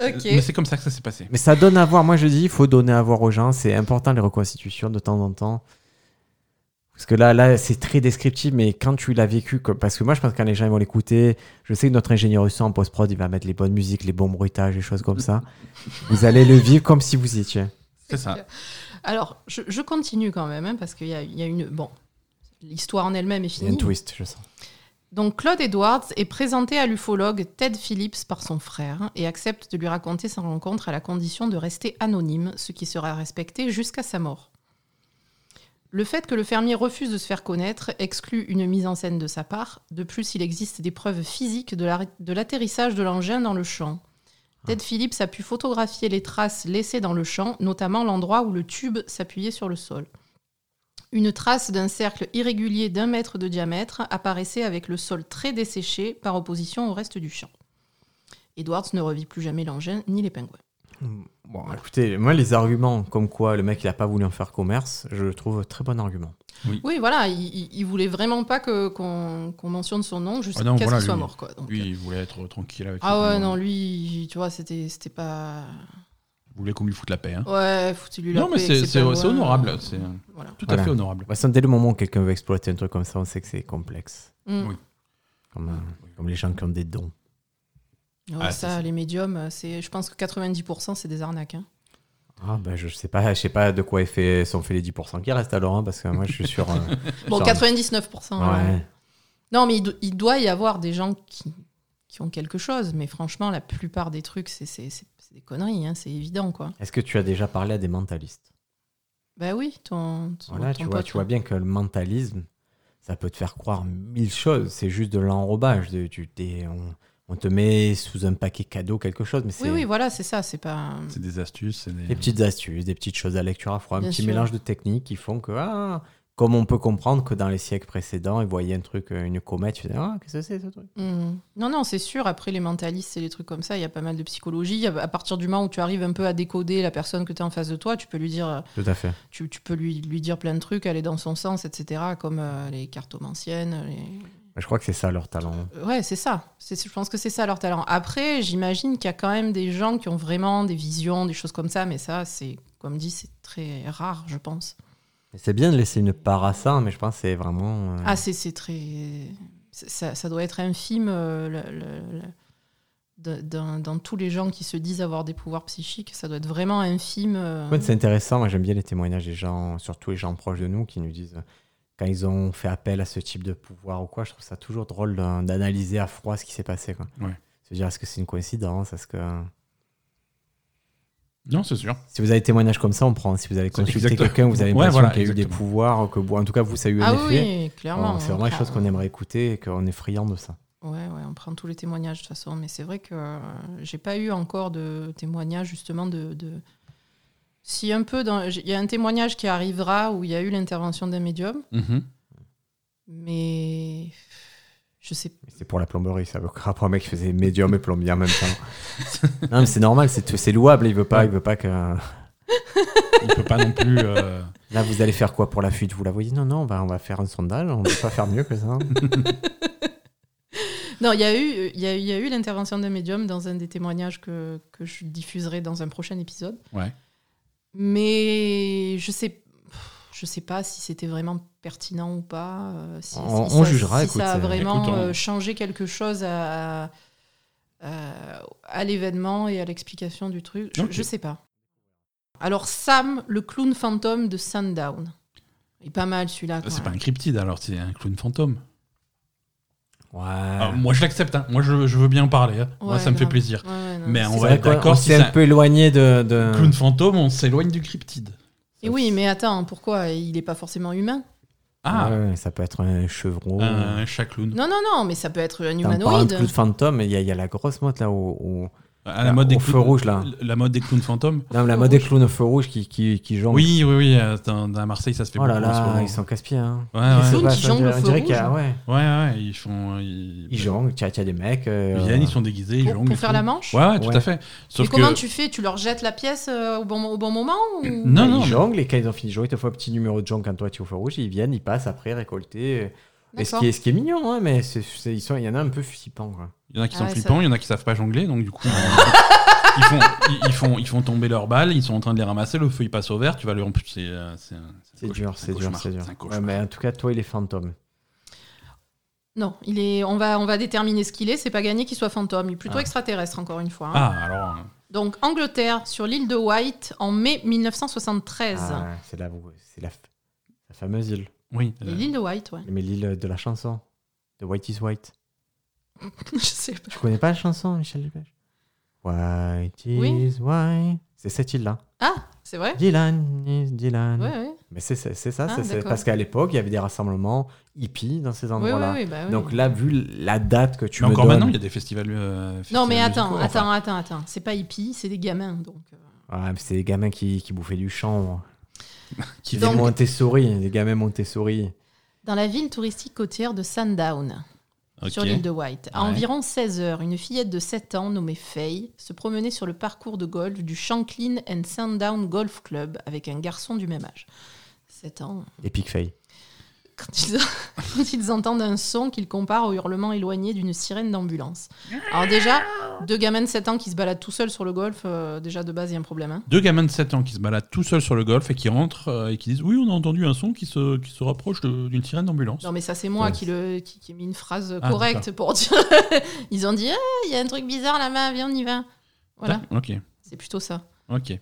C: Euh, Mais c'est comme ça que ça s'est passé.
B: Mais ça donne à voir, moi je dis, il faut donner à voir aux gens, c'est important les reconstitutions de temps en temps. Parce que là, là c'est très descriptif, mais quand tu l'as vécu, comme- parce que moi je pense que quand les gens ils vont l'écouter, je sais que notre ingénieur du son en post-prod, il va mettre les bonnes musiques, les bons bruitages, les choses comme ça. vous allez le vivre comme si vous y étiez.
C: C'est ça.
A: Alors, je, je continue quand même, hein, parce qu'il y a, il y a une. Bon, l'histoire en elle-même est
B: Il y a un
A: finie.
B: twist, je sens.
A: Donc, Claude Edwards est présenté à l'ufologue Ted Phillips par son frère et accepte de lui raconter sa rencontre à la condition de rester anonyme, ce qui sera respecté jusqu'à sa mort. Le fait que le fermier refuse de se faire connaître exclut une mise en scène de sa part. De plus, il existe des preuves physiques de l'arri- de l'atterrissage de l'engin dans le champ. Ted Phillips a pu photographier les traces laissées dans le champ, notamment l'endroit où le tube s'appuyait sur le sol. Une trace d'un cercle irrégulier d'un mètre de diamètre apparaissait avec le sol très desséché par opposition au reste du champ. Edwards ne revit plus jamais l'engin ni les pingouins.
B: Bon, écoutez, moi les arguments comme quoi le mec il a pas voulu en faire commerce, je le trouve très bon argument.
A: Oui, voilà, il, il- il voulait vraiment pas que qu'on qu'on mentionne son nom jusqu'à
C: Ah non,
A: ce
C: voilà,
A: qu'il soit
C: lui.
A: mort. Quoi. Donc, euh,
C: Lui, il voulait être tranquille avec
A: Ah
C: son-
A: ouais, non, lui, tu vois, c'était c'était pas.
C: Il voulait qu'on lui foute la paix. hein.
A: Ouais, foutez-lui la
C: non, mais
A: paix avec
C: c'est
A: ses
C: c'est-
A: pingouins.
C: c'est honorable. C'est tout
A: Voilà.
C: à
B: Voilà.
C: fait honorable.
B: Bah, dès le moment où quelqu'un veut exploiter un truc comme ça, on sait que c'est complexe.
A: Mm.
C: Oui. Ah,
B: Comme, euh, comme les gens qui ont des dons.
A: Ouais,
C: Ah, c'est
A: ça,
C: ça.
A: les médiums, c'est, je pense que 90% c'est des arnaques. hein.
B: Ah ben je sais pas, je sais pas de quoi est fait, sont faits les 10% qui restent alors, hein, parce que moi je suis sûr. euh,
A: Bon,
B: Genre-
A: 99%. ouais.
B: ouais.
A: Non, mais il, do- il doit y avoir des gens qui, qui ont quelque chose, mais franchement, la plupart des trucs, c'est c'est- c'est- c'est des conneries, hein, c'est évident, quoi.
B: Est-ce que tu as déjà parlé à des mentalistes
A: Bah oui, ton, ton,
B: Voilà,
A: ton
B: tu
A: pote, hein.
B: vois, tu
A: là.
B: vois bien que le mentalisme, ça peut te faire croire mille choses. C'est juste de l'enrobage. De, tu, t'es- on, on te met sous un paquet cadeau quelque chose, mais c'est
A: Oui, oui, voilà, c'est ça, c'est pas...
C: C'est des astuces. c'est des-
B: des petites astuces, des petites choses à lecture à froid, un
A: Bien
B: petit
A: sûr.
B: mélange de techniques qui font que, ah, comme on peut comprendre que dans les siècles précédents, ils voyaient un truc, euh, une comète, tu disais, ah, qu'est-ce que c'est ce truc
A: Hmm. Non, non, c'est sûr, après, les mentalistes et les trucs comme ça, il y a pas mal de psychologie. À partir du moment où tu arrives un peu à décoder la personne que tu as en face de toi, tu peux lui dire... euh,
B: Tout à fait.
A: Tu, tu peux lui, lui dire plein de trucs, aller dans son sens, etc., comme euh, les cartomanciennes, les...
B: Je crois que c'est ça leur talent.
A: Ouais, c'est ça. C'est- Je pense que c'est ça leur talent. Après, j'imagine qu'il y a quand même des gens qui ont vraiment des visions, des choses comme ça, mais ça, c'est, comme dit, c'est très rare, je pense.
B: Et C'est bien de laisser une part à ça, mais je pense que c'est vraiment. euh,
A: Ah, c'est c'est très. c'est- Ça, ça doit être infime euh, le- le- le- de- dans, dans tous les gens qui se disent avoir des pouvoirs psychiques. Ça doit être vraiment infime. euh.
B: Ouais, c'est intéressant. Moi, j'aime bien les témoignages des gens, surtout les gens proches de nous, qui nous disent euh, quand ils ont fait appel à ce type de pouvoir ou quoi. Je trouve ça toujours drôle d'an- d'analyser à froid ce qui s'est passé. Quoi.
C: Ouais.
B: Se dire est-ce que c'est une coïncidence Est-ce que
C: Non, c'est sûr.
B: si vous avez des témoignages comme ça, on prend. Si vous avez consulté
C: exactement.
B: quelqu'un, vous avez
C: Ouais,
B: l'impression
C: voilà,
B: qu'il y a eu des
C: exactement.
B: pouvoirs, que en tout cas vous, ça a eu un
A: Ah
B: effet.
A: oui, clairement. hein,
B: Alors, c'est
A: on
B: vraiment une
A: prend-
B: chose qu'on aimerait écouter et qu'on est friand de ça.
A: Ouais, ouais, on prend tous les témoignages de toute façon, mais c'est vrai que euh, j'ai pas eu encore de témoignages justement de. de- Si un peu, dans- il y a un témoignage qui arrivera où il y a eu l'intervention d'un médium,
C: Mhm.
A: mais je sais.
B: Mais C'est pour la plomberie, ça veut rapport à un mec qui faisait médium et plombier en même temps. non, mais c'est normal, c'est c'est louable. Il veut pas, il veut pas que.
C: Il peut pas non plus. euh,
B: Là, vous allez faire quoi pour la fuite Vous la voyez Non, non, bah, on va faire un sondage, on ne peut pas faire mieux que ça.
A: Non, il y a eu, il y a, il y a eu l'intervention d'un médium dans un des témoignages que, que je diffuserai dans un prochain épisode,
C: Ouais.
A: mais je sais. Je sais pas si c'était vraiment pertinent ou pas. euh, si-
B: On-
A: si
B: on
A: ça-
B: jugera,
A: si
B: écoute,
A: ça a
B: euh,
A: vraiment
C: écoute, on-
A: euh, changé quelque chose à, à- à l'événement et à l'explication du truc. Je,
C: Ok.
A: je sais pas. Alors Sam, le clown fantôme de Sundown. Il est pas mal celui-là. quand
C: Euh, C'est pas
A: même.
C: un cryptide alors, c'est un clown fantôme.
B: Ouais.
C: Alors, moi je l'accepte, hein. moi je, je veux bien en parler, hein. moi
A: Ouais,
C: ça me fait
A: grave.
C: plaisir.
A: Ouais, ouais, non,
C: Mais
A: c'est-
C: on
B: C'est
C: va
B: vrai
C: être
B: qu'on- on
C: d'accord si
B: s'est
C: c'est
B: un peu éloigné de. de-
C: Clown fantôme, on s'éloigne du cryptide.
A: Et oui, mais attends, pourquoi Il est pas forcément humain.
C: Ah,
B: Ouais, ça peut être un chevreau.
C: un chat clown.
A: Non, non, non, mais ça peut être un
B: T'en parles
A: humanoïde.
B: de Clown fantôme, il y, a- il y a la grosse mode là où. où-
C: À Ah, la mode
B: au
C: des
B: feu
C: clowns-
B: rouge, là.
C: La mode des clowns fantômes.
B: Non, mais la
A: feu
B: mode des
A: rouge.
B: clowns au feu rouge qui, qui, qui jonglent.
C: Oui, oui, oui. euh, dans- dans- À Marseille, ça se fait
B: Oh
C: beaucoup.
B: là
C: en ce
B: là,
C: moment.
B: ils sont casse-pieds. Hein.
A: Ils
C: Ouais,
A: sont-
C: ouais.
A: Clowns
B: Ouais,
A: qui
B: ça,
A: jonglent au
B: on
A: feu
B: dirait qu'il y a-
A: rouge. hein.
B: ouais.
C: Ouais, ouais, ils font. euh, Ils,
B: Ils jonglent, tu as, tu as des mecs. euh,
C: Ils viennent, ils sont déguisés, ils
A: Pour-
C: jonglent.
A: pour
C: ils
A: faire
C: font-
A: la manche
C: Ouais, ouais, tout
B: Ouais.
C: à fait.
A: Mais
C: Sauf que. Euh,
A: comment tu fais Tu leur jettes la pièce euh, au, bon, au bon moment ou...
C: Non, non,
B: Bah, ils
C: mais-
B: jonglent et quand ils ont fini de jouer, ils te font un petit numéro de jongle quand toi tu es au feu rouge. Ils viennent, ils passent après récolter. euh, Et ce,
A: D'accord.
B: qui est, ce qui est mignon, hein, mais c'est- c'est- ils sont, il y en a un peu flippant. Quoi.
C: Il y en a qui sont
A: Ah ouais, ça-
C: flippants, il y en a qui savent pas jongler, donc du coup. euh, Ils font, ils, ils font, ils font tomber leurs balles, ils sont en train de les ramasser, le feu il passe au vert, tu vas le. C'est euh, c'est un-
B: C'est
C: un cauchemar,
B: dur, c'est dur,
C: cauchemar,
B: c'est dur.
C: un
B: Ouais,
C: cauchemar.
B: mais en tout cas, toi, il est fantôme.
A: Non, il est. On va, on va déterminer ce qu'il est. C'est pas gagné qu'il soit fantôme. Il est plutôt
B: Ah.
A: extraterrestre encore une fois. hein.
C: Ah, alors. euh,
A: Donc Angleterre, sur l'île de White, en mai 1973.
B: Ah, c'est la, c'est la, la fameuse île.
C: Oui.
A: Et
C: euh,
A: L'île de White, ouais.
B: Mais l'île de la chanson, de White is White.
A: Je sais pas.
B: Tu connais pas la chanson, Michel Delpech White is
A: Oui.
B: white. C'est cette île-là.
A: Ah, c'est vrai.
B: Dylan is Dylan.
A: Ouais, ouais.
B: Mais c'est c'est- c'est ça,
A: Ah,
B: c'est- c'est-
A: d'accord.
B: parce qu'à l'époque, il y avait des rassemblements hippies dans ces
A: Oui, oui,
B: endroits-là.
A: oui, bah oui.
B: Donc là, vu la date que tu
C: mais
B: me
C: encore
B: donnes-
C: maintenant, il y a des festivals. euh,
A: non,
C: festivals
A: mais attends,
C: musicaux,
A: attends,
C: enfin.
A: attends, attends. C'est pas hippie, c'est des gamins. Donc. euh,
B: Ouais, mais c'est des gamins qui, qui bouffaient du champ. Qui
A: Donc-
B: faisaient Montessori, les gamins Montessori.
A: Dans la ville touristique côtière de Sandown,
C: Ok.
A: sur l'île de White, à
C: Ouais.
A: environ 16 heures, une fillette de 7 ans nommée Faye se promenait sur le parcours de golf du Shanklin and Sandown Golf Club avec un garçon du même âge. 7 ans.
B: Et Pic Faye.
A: quand ils, quand ils entendent un son qu'ils comparent au hurlement éloigné d'une sirène d'ambulance. Alors déjà, deux gamins de 7 ans qui se baladent tout seuls sur le golf, euh, déjà de base, il y a un problème. hein.
C: Deux gamins de 7 ans qui se baladent tout seuls sur le golf et qui rentrent euh, et qui disent Oui, on a entendu un son qui se, qui se rapproche de- d'une sirène d'ambulance.
A: Non mais ça c'est moi
B: Ouais.
A: qui, le, qui, qui ai mis une phrase
C: Ah,
A: correcte pour dire... ils ont dit, Ah, il y a un truc bizarre là-bas, viens on y va. Voilà, Hein
C: Tac, Ok,
A: c'est plutôt ça.
C: ok.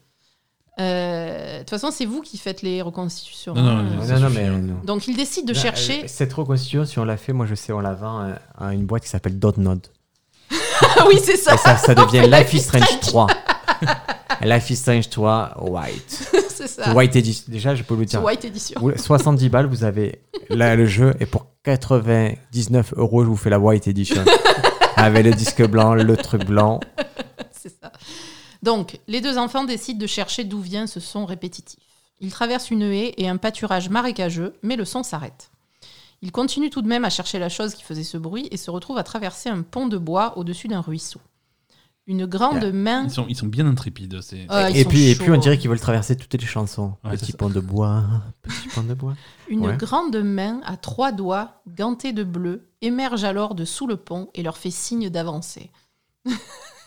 A: Euh, De toute façon, c'est vous qui faites les reconstitutions.
C: Non, non,
A: hein.
C: non,
B: Non,
C: ça
B: non,
C: suffit,
B: mais.
C: hein.
B: non.
A: Donc ils décident de
B: Là,
A: chercher...
B: euh, Cette reconstitution, si on l'a fait, moi je sais, on la vend euh, à, à une boîte qui s'appelle Dotnod. euh,
A: Ah oui, c'est ça,
B: Et ça, ça devient Life is
A: is
B: Strange 3. Life is Strange 3, White.
A: c'est ça.
B: C'est White Edition. Déjà, je peux le
A: C'est
B: dire.
A: White Edition.
B: Vous- 70 balles, vous avez là le jeu. Et pour 99 euros, je vous fais la White Edition. Avec le disque blanc, le truc blanc.
A: C'est ça. Donc, les deux enfants décident de chercher d'où vient ce son répétitif. Ils traversent une haie et un pâturage marécageux, mais le son s'arrête. Ils continuent tout de même à chercher la chose qui faisait ce bruit et se retrouvent à traverser un pont de bois au-dessus d'un ruisseau. Une grande main.
C: Ils sont, ils sont bien intrépides. C'est
A: Ah, ils
B: et,
A: sont
B: puis, et
A: chauds,
B: puis, on
A: hein.
B: dirait qu'ils veulent traverser toutes les chansons.
C: Ouais, c'est
B: petit
C: ça.
B: pont de bois, petit pont de bois.
A: Une
B: Ouais.
A: grande main à trois doigts, gantée de bleu, émerge alors de sous le pont et leur fait signe d'avancer.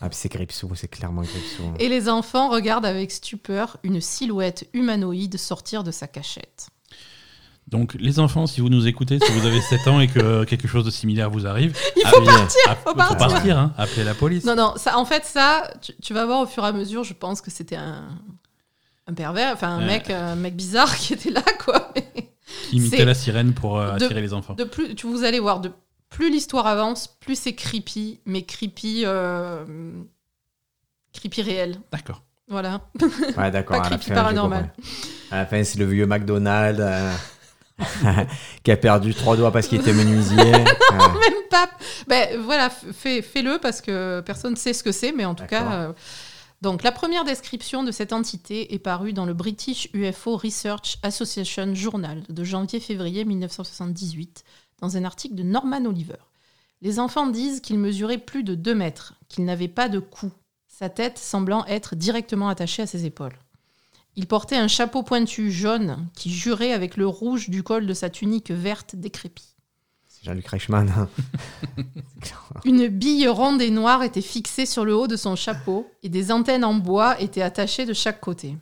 B: Ah, puis c'est Gripsou, c'est clairement Gripsou.
A: Et les enfants regardent avec stupeur une silhouette humanoïde sortir de sa cachette.
C: Donc, les enfants, si vous nous écoutez, si vous avez 7 ans et que quelque chose de similaire vous arrive,
A: Il
C: faut
B: partir,
A: faut partir.
C: hein. appelez la police.
A: Non, non, ça, en fait, ça, tu, tu vas voir au fur et à mesure, je pense que c'était un, un pervers, enfin un,
C: Ouais.
A: mec, un mec bizarre qui était là, quoi. Mais
C: Qui imitait
A: c'est-
C: la sirène pour euh,
A: de-
C: attirer les enfants.
A: de plus, tu, vous allez voir, de plus l'histoire avance, plus c'est creepy, mais creepy, euh, creepy réel.
C: D'accord.
A: Voilà.
B: Ouais, d'accord.
A: Pas
B: à la
A: creepy
B: fin, je
A: paranormal.
B: comprends. À la fin, c'est le vieux McDonald euh, qui a perdu trois doigts parce qu'il était menuisier. Ah, Ouais.
A: Même pas. Ben voilà, f- fais- fais-le parce que personne ne sait ce que c'est, mais en tout
B: D'accord.
A: cas. euh, donc, la première description de cette entité est parue dans le British UFO Research Association Journal de janvier-février 1978, dans un article de Norman Oliver. Les enfants disent qu'il mesurait plus de 2 mètres, qu'il n'avait pas de cou, sa tête semblant être directement attachée à ses épaules. Il portait un chapeau pointu jaune qui jurait avec le rouge du col de sa tunique verte décrépie.
B: C'est Jean-Luc Reichmann. hein.
A: Une bille ronde et noire était fixée sur le haut de son chapeau et des antennes en bois étaient attachées de chaque côté.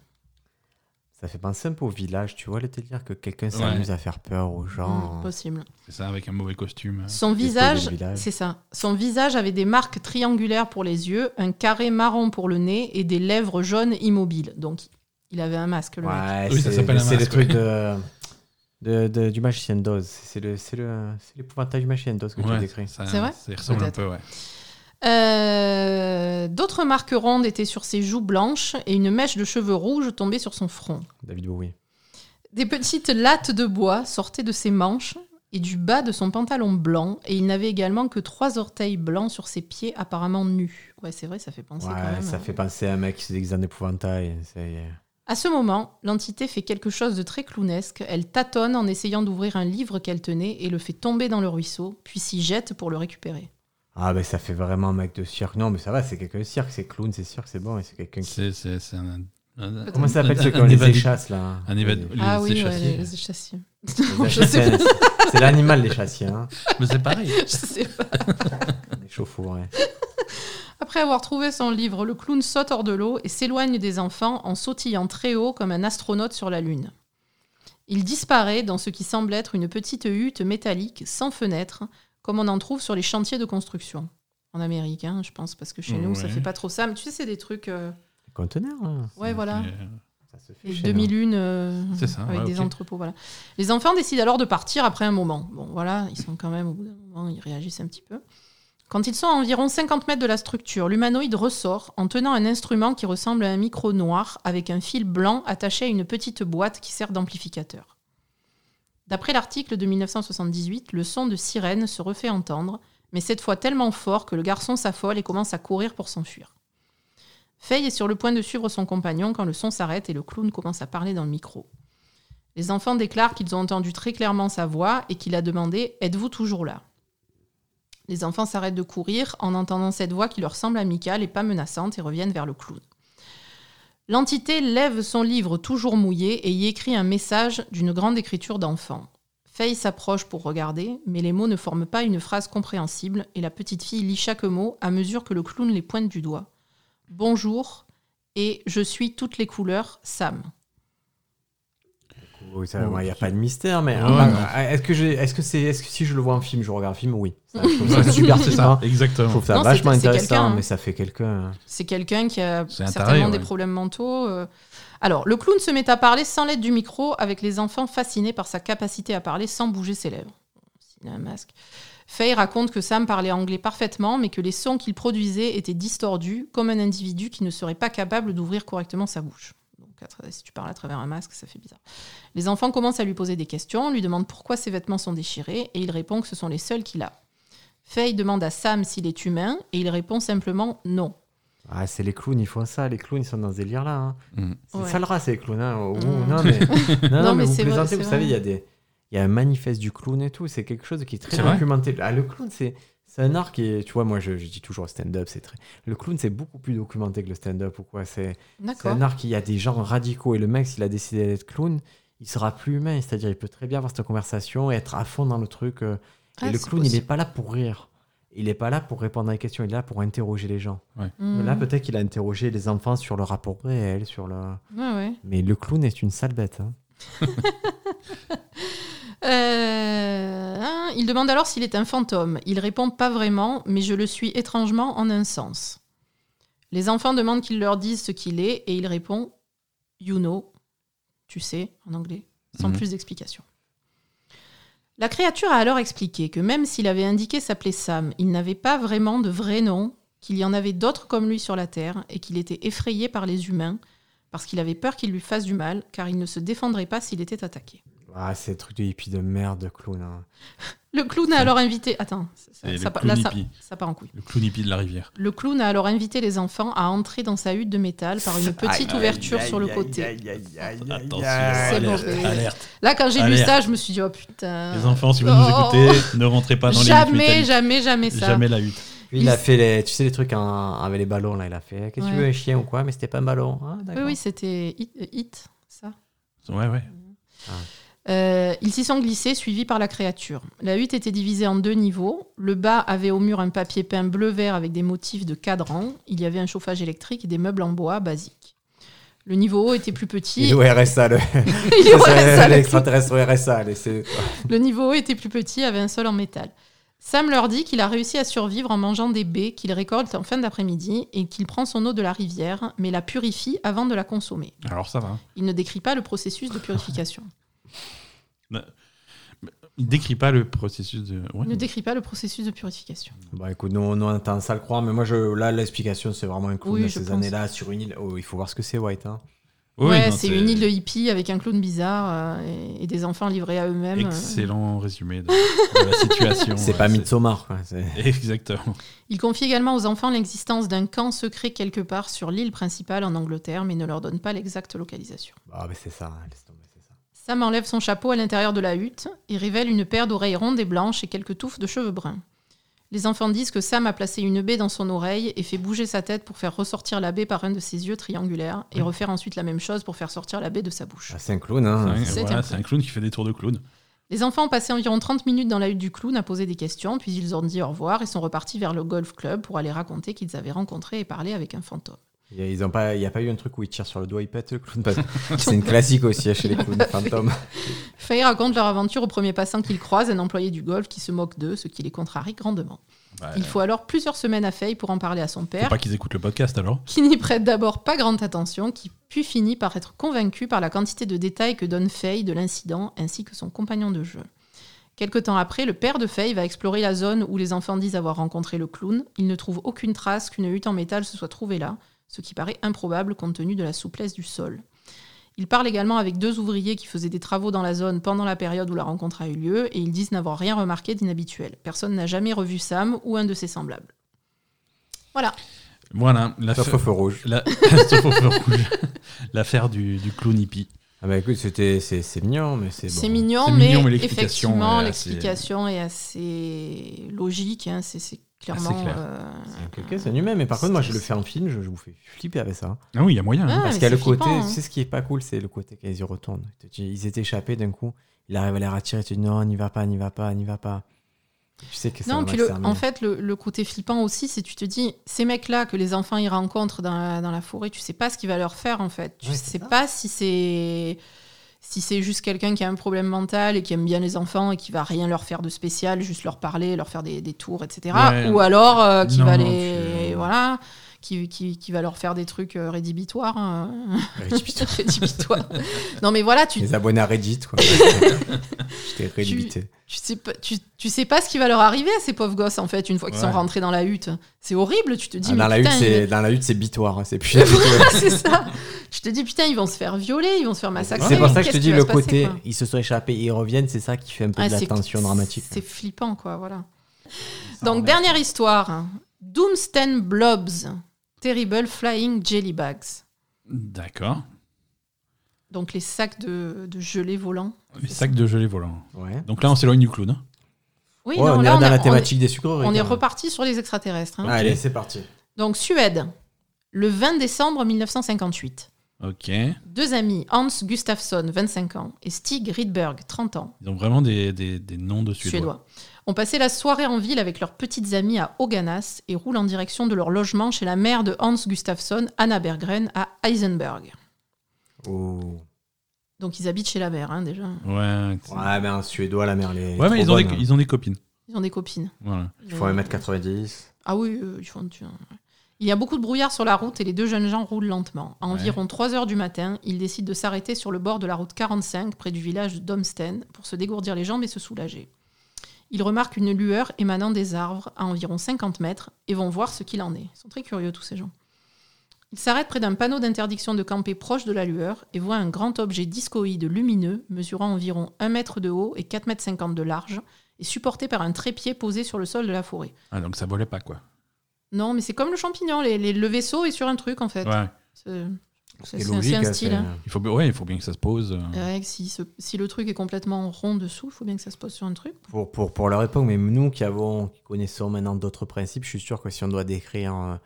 B: Ça fait penser un peu au village, tu vois, le délire que quelqu'un
C: Ouais.
B: s'amuse à faire peur aux gens.
A: Hmm, possible.
C: C'est ça, avec un mauvais costume.
A: Son
B: des
A: visage,
B: feux de Ah, village.
A: c'est ça. Son visage avait des marques triangulaires pour les yeux, un carré marron pour le nez et des lèvres jaunes immobiles. Donc il avait un masque le mec.
B: Ouais,
C: Oui, ça
B: c'est
C: s'appelle un
B: c'est le
C: masque,
B: truc de. de, de- du magicien d'Oz. C'est le, c'est le, c'est l'épouvantail du magicien d'Oz que tu
C: Euh, Ouais,
B: décris.
C: ça-
A: C'est vrai
C: Ça y ressemble un
A: Peut-être.
C: peu, ouais.
A: Euh, D'autres marques rondes étaient sur ses joues blanches et une mèche de cheveux rouges tombait sur son front.
B: David Bowie.
A: Des petites lattes de bois sortaient de ses manches et du bas de son pantalon blanc et il n'avait également que trois orteils blancs sur ses pieds apparemment nus. Ouais, c'est vrai, ça fait penser quand
B: Ouais,
A: même.
B: ça
A: hein.
B: fait penser à un mec qui se déguise en épouvantail. c'est- euh.
A: À ce moment, l'entité fait quelque chose de très clownesque. Elle tâtonne en essayant d'ouvrir un livre qu'elle tenait et le fait tomber dans le ruisseau, puis s'y jette pour le récupérer.
B: Ah, ben ça fait vraiment un mec de cirque. Non, mais ça va, c'est quelqu'un de cirque, c'est clown, c'est cirque, c'est bon. et C'est quelqu'un qui...
C: C'est- C'est c'est un. un-
B: Comment ça
C: un-
B: s'appelle ceux
C: un
B: qui ont les
C: évadu-
B: échasses là hein.
C: Un évadu- les-
A: ah oui,
C: c'est
A: ouais,
C: chassé.
A: les- les chassiers.
B: Les
A: je sais
B: échassiers, C'est c'est l'animal, les chassiers. Hein.
C: Mais c'est pareil.
A: Je sais pas.
B: Les chauffours, ouais.
A: Après avoir trouvé son livre, le clown saute hors de l'eau et s'éloigne des enfants en sautillant très haut comme un astronaute sur la Lune. Il disparaît dans ce qui semble être une petite hutte métallique sans fenêtre, comme on en trouve sur les chantiers de construction. En Amérique, hein, je pense, parce que chez nous, ça
C: Ouais.
A: fait pas trop ça. Mais tu sais, c'est des trucs. euh,
B: Conteneur, là.
A: Ouais, voilà.
C: Et, euh,
B: hein. Ça se fait
A: Les
B: chez nous.
A: demi-lunes euh,
C: C'est ça,
A: avec
C: ouais,
A: des
C: ok.
A: entrepôts. Voilà. Les enfants décident alors de partir après un moment. Bon, voilà, ils sont quand même, au bout d'un moment, ils réagissent un petit peu. Quand ils sont à environ 50 mètres de la structure, l'humanoïde ressort en tenant un instrument qui ressemble à un micro noir avec un fil blanc attaché à une petite boîte qui sert d'amplificateur. D'après l'article de 1978, le son de sirène se refait entendre, mais cette fois tellement fort que le garçon s'affole et commence à courir pour s'enfuir. Faye est sur le point de suivre son compagnon quand le son s'arrête et le clown commence à parler dans le micro. Les enfants déclarent qu'ils ont entendu très clairement sa voix et qu'il a demandé Êtes-vous toujours là Les enfants s'arrêtent de courir en entendant cette voix qui leur semble amicale et pas menaçante et reviennent vers le clown. L'entité lève son livre toujours mouillé et y écrit un message d'une grande écriture d'enfant. Faye s'approche pour regarder, mais les mots ne forment pas une phrase compréhensible et la petite fille lit chaque mot à mesure que le clown les pointe du doigt. Bonjour et je suis toutes les couleurs, Sam.
B: Oui, Oh, ça, il n'y a pas de mystère, mais
C: Ouais,
B: Ah,
C: ouais.
B: ah, est-ce que, j'ai- est-ce que, c'est, est-ce que si je le vois en film, je regarde un film Oui. Ça, je trouve ça super
C: C'est ça,
B: sympa. Je
C: exactement.
B: trouve ça
A: Non, c'est-
B: vachement
A: c'est
B: intéressant,
A: quelqu'un, hein.
B: mais ça fait quelqu'un.
A: C'est quelqu'un qui a
C: C'est un taré,
A: certainement des
C: ouais.
A: problèmes mentaux. euh. Alors, le clown se met à parler sans l'aide du micro, avec les enfants fascinés par sa capacité à parler sans bouger ses lèvres. S'il a un masque. Faye raconte que Sam parlait anglais parfaitement, mais que les sons qu'il produisait étaient distordus, comme un individu qui ne serait pas capable d'ouvrir correctement sa bouche. Donc, à tra- si tu parles à travers un masque, ça fait bizarre. Les enfants commencent à lui poser des questions, lui demandent pourquoi ses vêtements sont déchirés, et il répond que ce sont les seuls qu'il a. Faye demande à Sam s'il est humain, et il répond simplement non.
B: Ah, c'est les clowns, ils font ça. Les clowns, ils sont dans ce délire là.
C: Mm.
B: C'est
A: Ouais.
B: ça le race, les clowns. hein. Oh,
A: Mm.
B: Non, mais, non, non,
A: Non,
B: mais
A: mais
B: vous
A: c'est vrai,
B: plaisantez,
A: c'est
B: vous
A: vrai.
B: savez, il y a des. Il y a un manifeste du clown et tout, c'est quelque chose qui est très
C: C'est vrai
B: documenté. Ah, le clown, c'est c'est un art qui est. Tu vois, moi, je, je dis toujours stand-up, c'est très. Le clown, c'est beaucoup plus documenté que le stand-up ou quoi. C'est C'est
A: D'accord.
B: un art qui il y a des gens radicaux et le mec, s'il a décidé d'être clown, il sera plus humain. C'est-à-dire, il peut très bien avoir cette conversation et être à fond dans le truc. euh,
A: Ah,
B: et le
A: c'est
B: clown, il
A: possible.
B: n'est pas là pour rire. Il n'est pas là pour répondre à des questions. Il est là pour interroger les gens.
A: Hmm.
B: Là, peut-être qu'il a interrogé les enfants sur le rapport réel, sur le.
A: Ouais, ouais.
B: Mais le clown est une sale bête. hein.
A: Euh, hein, il demande alors s'il est un fantôme. Il répond pas vraiment, mais je le suis étrangement en un sens. Les enfants demandent qu'il leur dise ce qu'il est et il répond You know, tu sais, en anglais, sans
C: Mhm.
A: plus d'explication. La créature a alors expliqué que même s'il avait indiqué s'appeler Sam, il n'avait pas vraiment de vrai nom, qu'il y en avait d'autres comme lui sur la Terre et qu'il était effrayé par les humains parce qu'il avait peur qu'ils lui fassent du mal car il ne se défendrait pas s'il était attaqué.
B: Ah, c'est le truc de hippie de merde, de clown. hein.
A: Le clown a alors invité. Attends, ça- ça,
C: Et le
A: ça-
C: clown
A: là, ça,
C: hippie.
A: ça part en couille.
C: Le clown hippie de la rivière.
A: Le clown a alors invité les enfants à entrer dans sa hutte de métal par une petite ouverture sur le côté.
C: Attention,
A: C'est
C: alerte,
A: mauvais.
C: alerte.
A: Là, quand j'ai lu
C: Alerte.
A: ça, je me suis dit, oh putain.
F: Les enfants, si vous nous
A: Oh.
F: écoutez, ne rentrez pas dans les
A: jamais,
F: huttes métalliques.
A: jamais, jamais ça.
F: Jamais la hutte.
B: Lui, il a fait les, tu sais, les trucs en- avec les ballons là. Il a fait, eh, qu'est-ce que tu
A: Ouais.
B: veux, un chien ou quoi Mais c'était pas un ballon. Ah,
A: Oui,
B: d'accord.
A: oui, c'était hit, euh, Hit, ça.
C: Ouais, ouais.
A: Euh, ils s'y sont glissés, suivis par la créature. La hutte était divisée en deux niveaux. Le bas avait au mur un papier peint bleu-vert avec des motifs de cadran. Il y avait un chauffage électrique et des meubles en bois basiques. Le niveau haut était plus petit.
B: Il est au RSA, le,
A: Il est- ouais, ça, le clown.
B: l'extraterrestre au RSA. allez, c'est-
A: Le niveau haut était plus petit, avait un sol en métal. Sam leur dit qu'il a réussi à survivre en mangeant des baies qu'il récolte en fin d'après-midi et qu'il prend son eau de la rivière, mais la purifie avant de la consommer.
C: Alors ça va. Ah,
A: Il ne décrit pas le processus de purification.
C: Il décrit pas le processus de. ouais.
A: Ne décris pas le processus de purification.
B: Bah écoute, nous, nous on entend ça le croire, mais moi je, là l'explication c'est vraiment un clown
A: Oui,
B: de
A: je
B: ces
A: pense.
B: années-là sur une île. Oh, il faut voir ce que c'est White. Hein.
C: Oui,
A: ouais,
C: non,
A: c'est une île de hippies avec un clown bizarre euh, et, et des enfants livrés à eux-mêmes. euh.
C: Excellent résumé de, de la situation.
B: C'est
C: Ouais,
B: pas Midsommar. quoi, c'est-
C: Exactement.
A: Il confie également aux enfants l'existence d'un camp secret quelque part sur l'île principale en Angleterre, mais ne leur donne pas l'exacte localisation.
B: Ah bah c'est ça, hein, laisse tomber, c'est ça.
A: Sam enlève son chapeau à l'intérieur de la hutte et révèle une paire d'oreilles rondes et blanches et quelques touffes de cheveux bruns. Les enfants disent que Sam a placé une baie dans son oreille et fait bouger sa tête pour faire ressortir la baie par un de ses yeux triangulaires et refaire ensuite la même chose pour faire sortir la baie de sa bouche.
B: Ah, c'est un clown. Hein.
C: Ouais,
A: c'est
C: voilà,
A: un
C: c'est un clown qui fait des tours de clown.
A: Les enfants ont passé environ 30 minutes dans la hutte du clown à poser des questions, puis ils ont dit au revoir et sont repartis vers le golf club pour aller raconter qu'ils avaient rencontré et parlé avec un fantôme.
B: Il n'y a pas eu un truc où il tire sur le doigt, il pète le clown. parce que C'est une classique aussi hein, chez les clowns fantômes.
A: Faye raconte leur aventure au premier passant qu'ils croisent, un employé du golf qui se moque d'eux, ce qui les contrarie grandement.
C: Bah,
A: Il faut alors plusieurs semaines à Faye pour en parler à son
C: faut
A: père,
C: pas qu'ils écoutent le podcast alors.
A: qui n'y prête d'abord pas grande attention, qui puis finit par être convaincu par la quantité de détails que donne Faye de l'incident ainsi que son compagnon de jeu. Quelque temps après, le père de Faye va explorer la zone où les enfants disent avoir rencontré le clown. Il ne trouve aucune trace qu'une hutte en métal se soit trouvée là, ce qui paraît improbable compte tenu de la souplesse du sol. Il parle également avec deux ouvriers qui faisaient des travaux dans la zone pendant la période où la rencontre a eu lieu et ils disent n'avoir rien remarqué d'inhabituel. Personne n'a jamais revu Sam ou un de ses semblables. Voilà.
C: Voilà,
B: Sauf
C: l'affaire
B: au feu rouge.
C: la- sauf au feu rouge. L'affaire du, du clown hippie.
B: Ah bah écoute, c'était- c'est c'est mignon, mais c'est
A: C'est
B: bon.
A: mignon,
C: C'est
A: mais,
C: mignon, mais l'explication
A: effectivement,
C: est assez-
A: l'explication est assez logique. hein, c'est- c'est clairement.
C: clair.
A: euh,
B: C'est ok, c'est humain, Ah, mais par contre, moi je
A: C'est-
B: le fais en film, je, je vous fais flipper avec ça. hein.
C: Ah oui, il y a moyen. hein.
A: Ah,
B: Parce
A: mais
B: qu'il y a
A: c'est
B: le côté,
A: flippant, hein.
B: tu sais ce qui est pas cool, c'est le côté qu'ils y retournent. Ils te disent- Ils étaient échappés d'un coup, il arrive à les rattirer, tu dis non, n'y va pas, n'y va pas, n'y va pas. Et Tu sais que ça
A: Non,
B: va
A: puis
B: mal
A: le-
B: se terminer.
A: en fait, le, le côté flippant aussi, c'est tu te dis, ces mecs-là que les enfants y rencontrent dans la, dans la forêt, tu sais pas ce qu'il va leur faire en fait. Tu
B: Ouais, c'est
A: sais
B: ça.
A: pas si c'est si c'est juste quelqu'un qui a un problème mental et qui aime bien les enfants et qui va rien leur faire de spécial, juste leur parler, leur faire des, des tours, etc.
C: Ouais.
A: Ou alors euh, qui
C: Non,
A: va
C: non,
A: les
C: tu-
A: voilà, qui, qui, qui va leur faire des trucs euh, rédhibitoires. hein. Rédhibitoire. non mais voilà, tu,
B: Les abonnés à Reddit, quoi. J'étais rédhibité.
A: tu sais pas, tu, tu sais pas ce qui va leur arriver à ces pauvres gosses en fait une fois qu'ils
C: Ouais.
A: sont rentrés dans la hutte. C'est horrible, tu te dis
B: Ah, dans,
A: mais
B: la hutte,
A: putain, ils-
B: c'est- dans la hutte, c'est bitoire, hein, c'est plus.
A: c'est ça. Je te dis putain, ils vont se faire violer, ils vont se faire massacrer.
B: C'est pour ça que je
A: Qu'est-ce
B: te
A: qui
B: dis
A: va
B: le
A: se passer,
B: côté,
A: quoi
B: ils se sont échappés, ils reviennent, c'est ça qui fait un peu
A: Ah,
B: de la
A: c'est-
B: tension dramatique.
A: C'est flippant quoi, voilà.
B: Ça
A: Donc
B: emmerde.
A: dernière histoire, Doomsday Blobs, Terrible Flying Jelly Bags.
C: D'accord.
A: Donc les sacs de, de gelée volants.
C: Les sacs de gelée volants.
B: Ouais. Ouais,
C: Donc là, on s'éloigne du clown. hein.
A: Oui,
B: on
A: non,
B: est
A: là,
B: dans
A: a-
B: la thématique des sucreries.
A: on est
B: quand même.
A: reparti sur les extraterrestres. hein.
B: Allez, c'est parti.
A: Donc Suède, le 20 décembre 1958.
C: Ok. Ils
A: Deux amis, Hans Gustafsson, 25 ans, et Stig Rydberg, 30 ans,
C: ont vraiment des, des- des noms de
A: suédois.
C: suédois.
A: ont passé la soirée en ville avec leurs petites amies à Oganas et roulent en direction de leur logement chez la mère de Hans Gustafsson, Anna Berggren, à Heisenberg.
B: Oh.
A: Donc ils habitent chez la mère, hein, déjà.
C: Ouais. c'est-
B: Ouais, mais un suédois, la mère, les.
C: Ouais, mais ils ont, des, ils ont des copines.
A: Ils ont des copines. Euh,
C: Voilà.
B: Il faut 1m90.
A: Ah oui, euh, ils font... tu- ouais. Il y a beaucoup de brouillard sur la route et les deux jeunes gens roulent lentement. À
C: Ouais.
A: environ 3 heures du matin, ils décident de s'arrêter sur le bord de la route 45, près du village de Domsten, pour se dégourdir les jambes et se soulager. Ils remarquent une lueur émanant des arbres à environ 50 mètres et vont voir ce qu'il en est. Ils sont très curieux, tous ces gens. Ils s'arrêtent près d'un panneau d'interdiction de camper proche de la lueur et voient un grand objet discoïde lumineux mesurant environ 1 mètre de haut et 4,50 mètres de large et supporté par un trépied posé sur le sol de la forêt.
C: Ah, donc ça volait pas, quoi.
A: Non, mais c'est comme le champignon. les- les- le vaisseau est sur un truc, en fait.
C: Ouais.
A: C'est- C'est
B: C'est
A: c'est
B: logique,
A: un
B: hein,
A: style.
B: c'est-
A: hein.
C: Il faut, bien- ouais, il faut bien que ça se pose. euh.
A: Ouais, que si, ce- si le truc est complètement rond dessous, il faut bien que ça se pose sur un truc.
B: Pour, pour, pour leur époque, mais nous qui avons, qui connaissons maintenant d'autres principes, je suis sûr que si on doit décrire, euh,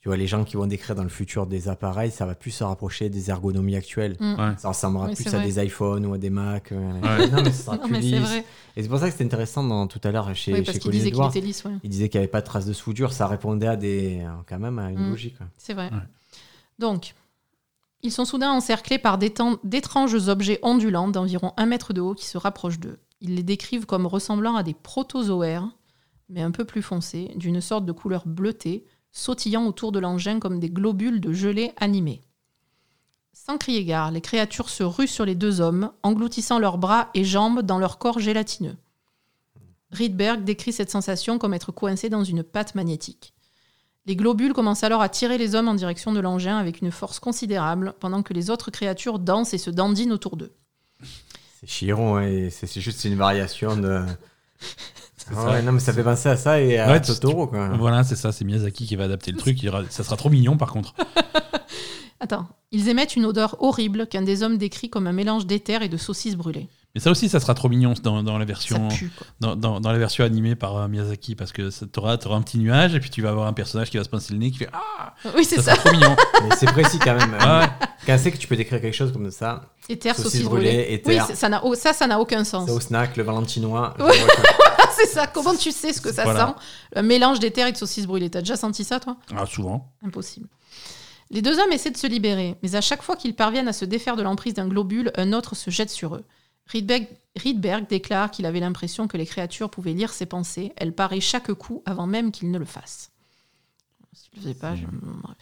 B: tu vois, les gens qui vont décrire dans le futur des appareils, ça va plus se rapprocher des ergonomies actuelles.
A: Mm.
C: Ouais.
B: Ça ressemblera
A: Oui,
B: plus
A: c'est
B: à
A: vrai.
B: des iPhones ou à des Macs.
C: Ouais.
B: euh, Non, mais ça sera
A: Non,
B: plus
A: mais c'est
B: lisse.
A: vrai.
B: Et c'est pour ça que c'était intéressant dans, tout à l'heure chez,
A: Oui, parce
B: chez
A: qu'il
B: Colin
A: disait qu'il
B: Edwards.
A: était lisse, ouais.
B: Il disait qu'il n'y avait pas de traces de soudure, ça répondait à des, euh, quand même à une
A: Mm.
B: logique. quoi.
A: C'est vrai.
C: Ouais.
A: Donc, ils sont soudain encerclés par d'étan- d'étranges objets ondulants d'environ un mètre de haut qui se rapprochent d'eux. Ils les décrivent comme ressemblant à des protozoaires, mais un peu plus foncés, d'une sorte de couleur bleutée, sautillant autour de l'engin comme des globules de gelée animés. Sans crier gare, les créatures se ruent sur les deux hommes, engloutissant leurs bras et jambes dans leur corps gélatineux. Rydberg décrit cette sensation comme être coincé dans une pâte magnétique. Les globules commencent alors à tirer les hommes en direction de l'engin avec une force considérable, pendant que les autres créatures dansent et se dandinent autour d'eux.
B: C'est Chiron, hein, et c'est c'est juste une variation de. Ah
C: ça.
B: ouais, non, mais ça fait penser à ça et à
C: Ouais, tu-
B: Totoro, quoi.
A: Euh.
C: Voilà, c'est ça, c'est Miyazaki qui va adapter le truc. il ra- ça sera trop mignon par contre.
A: Attends, ils émettent une odeur horrible qu'un des hommes décrit comme un mélange d'éther et de saucisses brûlées.
C: Mais ça aussi, ça sera trop mignon dans, dans la
A: Ça
C: version
A: pue, quoi.
C: dans, dans- dans la version animée par euh, Miyazaki parce que ça- t'auras t'auras un petit nuage et puis tu vas avoir un personnage qui va se pincer le nez qui fait ah
A: Oui, c'est ça.
C: ça, sera trop mignon.
B: Mais c'est précis quand même. hein.
C: Ah,
B: Quand c'est que tu peux décrire quelque chose comme ça,
A: Éther,
B: Saucisses
A: saucisses
B: brûlées,
A: brûlées. Oui,
B: éther.
A: c'est- ça n'a au- ça, ça n'a aucun
B: c'est au
A: sens.
B: snack, le valentinois. je
A: Ouais.
B: vois quoi.
A: Ah, c'est ça. Comment tu sais ce que ça
C: Voilà.
A: sent Un mélange d'éther et de saucisses brûlées. T'as déjà senti ça, toi
C: ah, souvent.
A: Impossible. Les deux hommes essaient de se libérer, mais à chaque fois qu'ils parviennent à se défaire de l'emprise d'un globule, un autre se jette sur eux. Rydberg, Rydberg déclare qu'il avait l'impression que les créatures pouvaient lire ses pensées. Elles paraient chaque coup avant même qu'ils ne le fassent. Si je le faisais pas, je- bon, bref.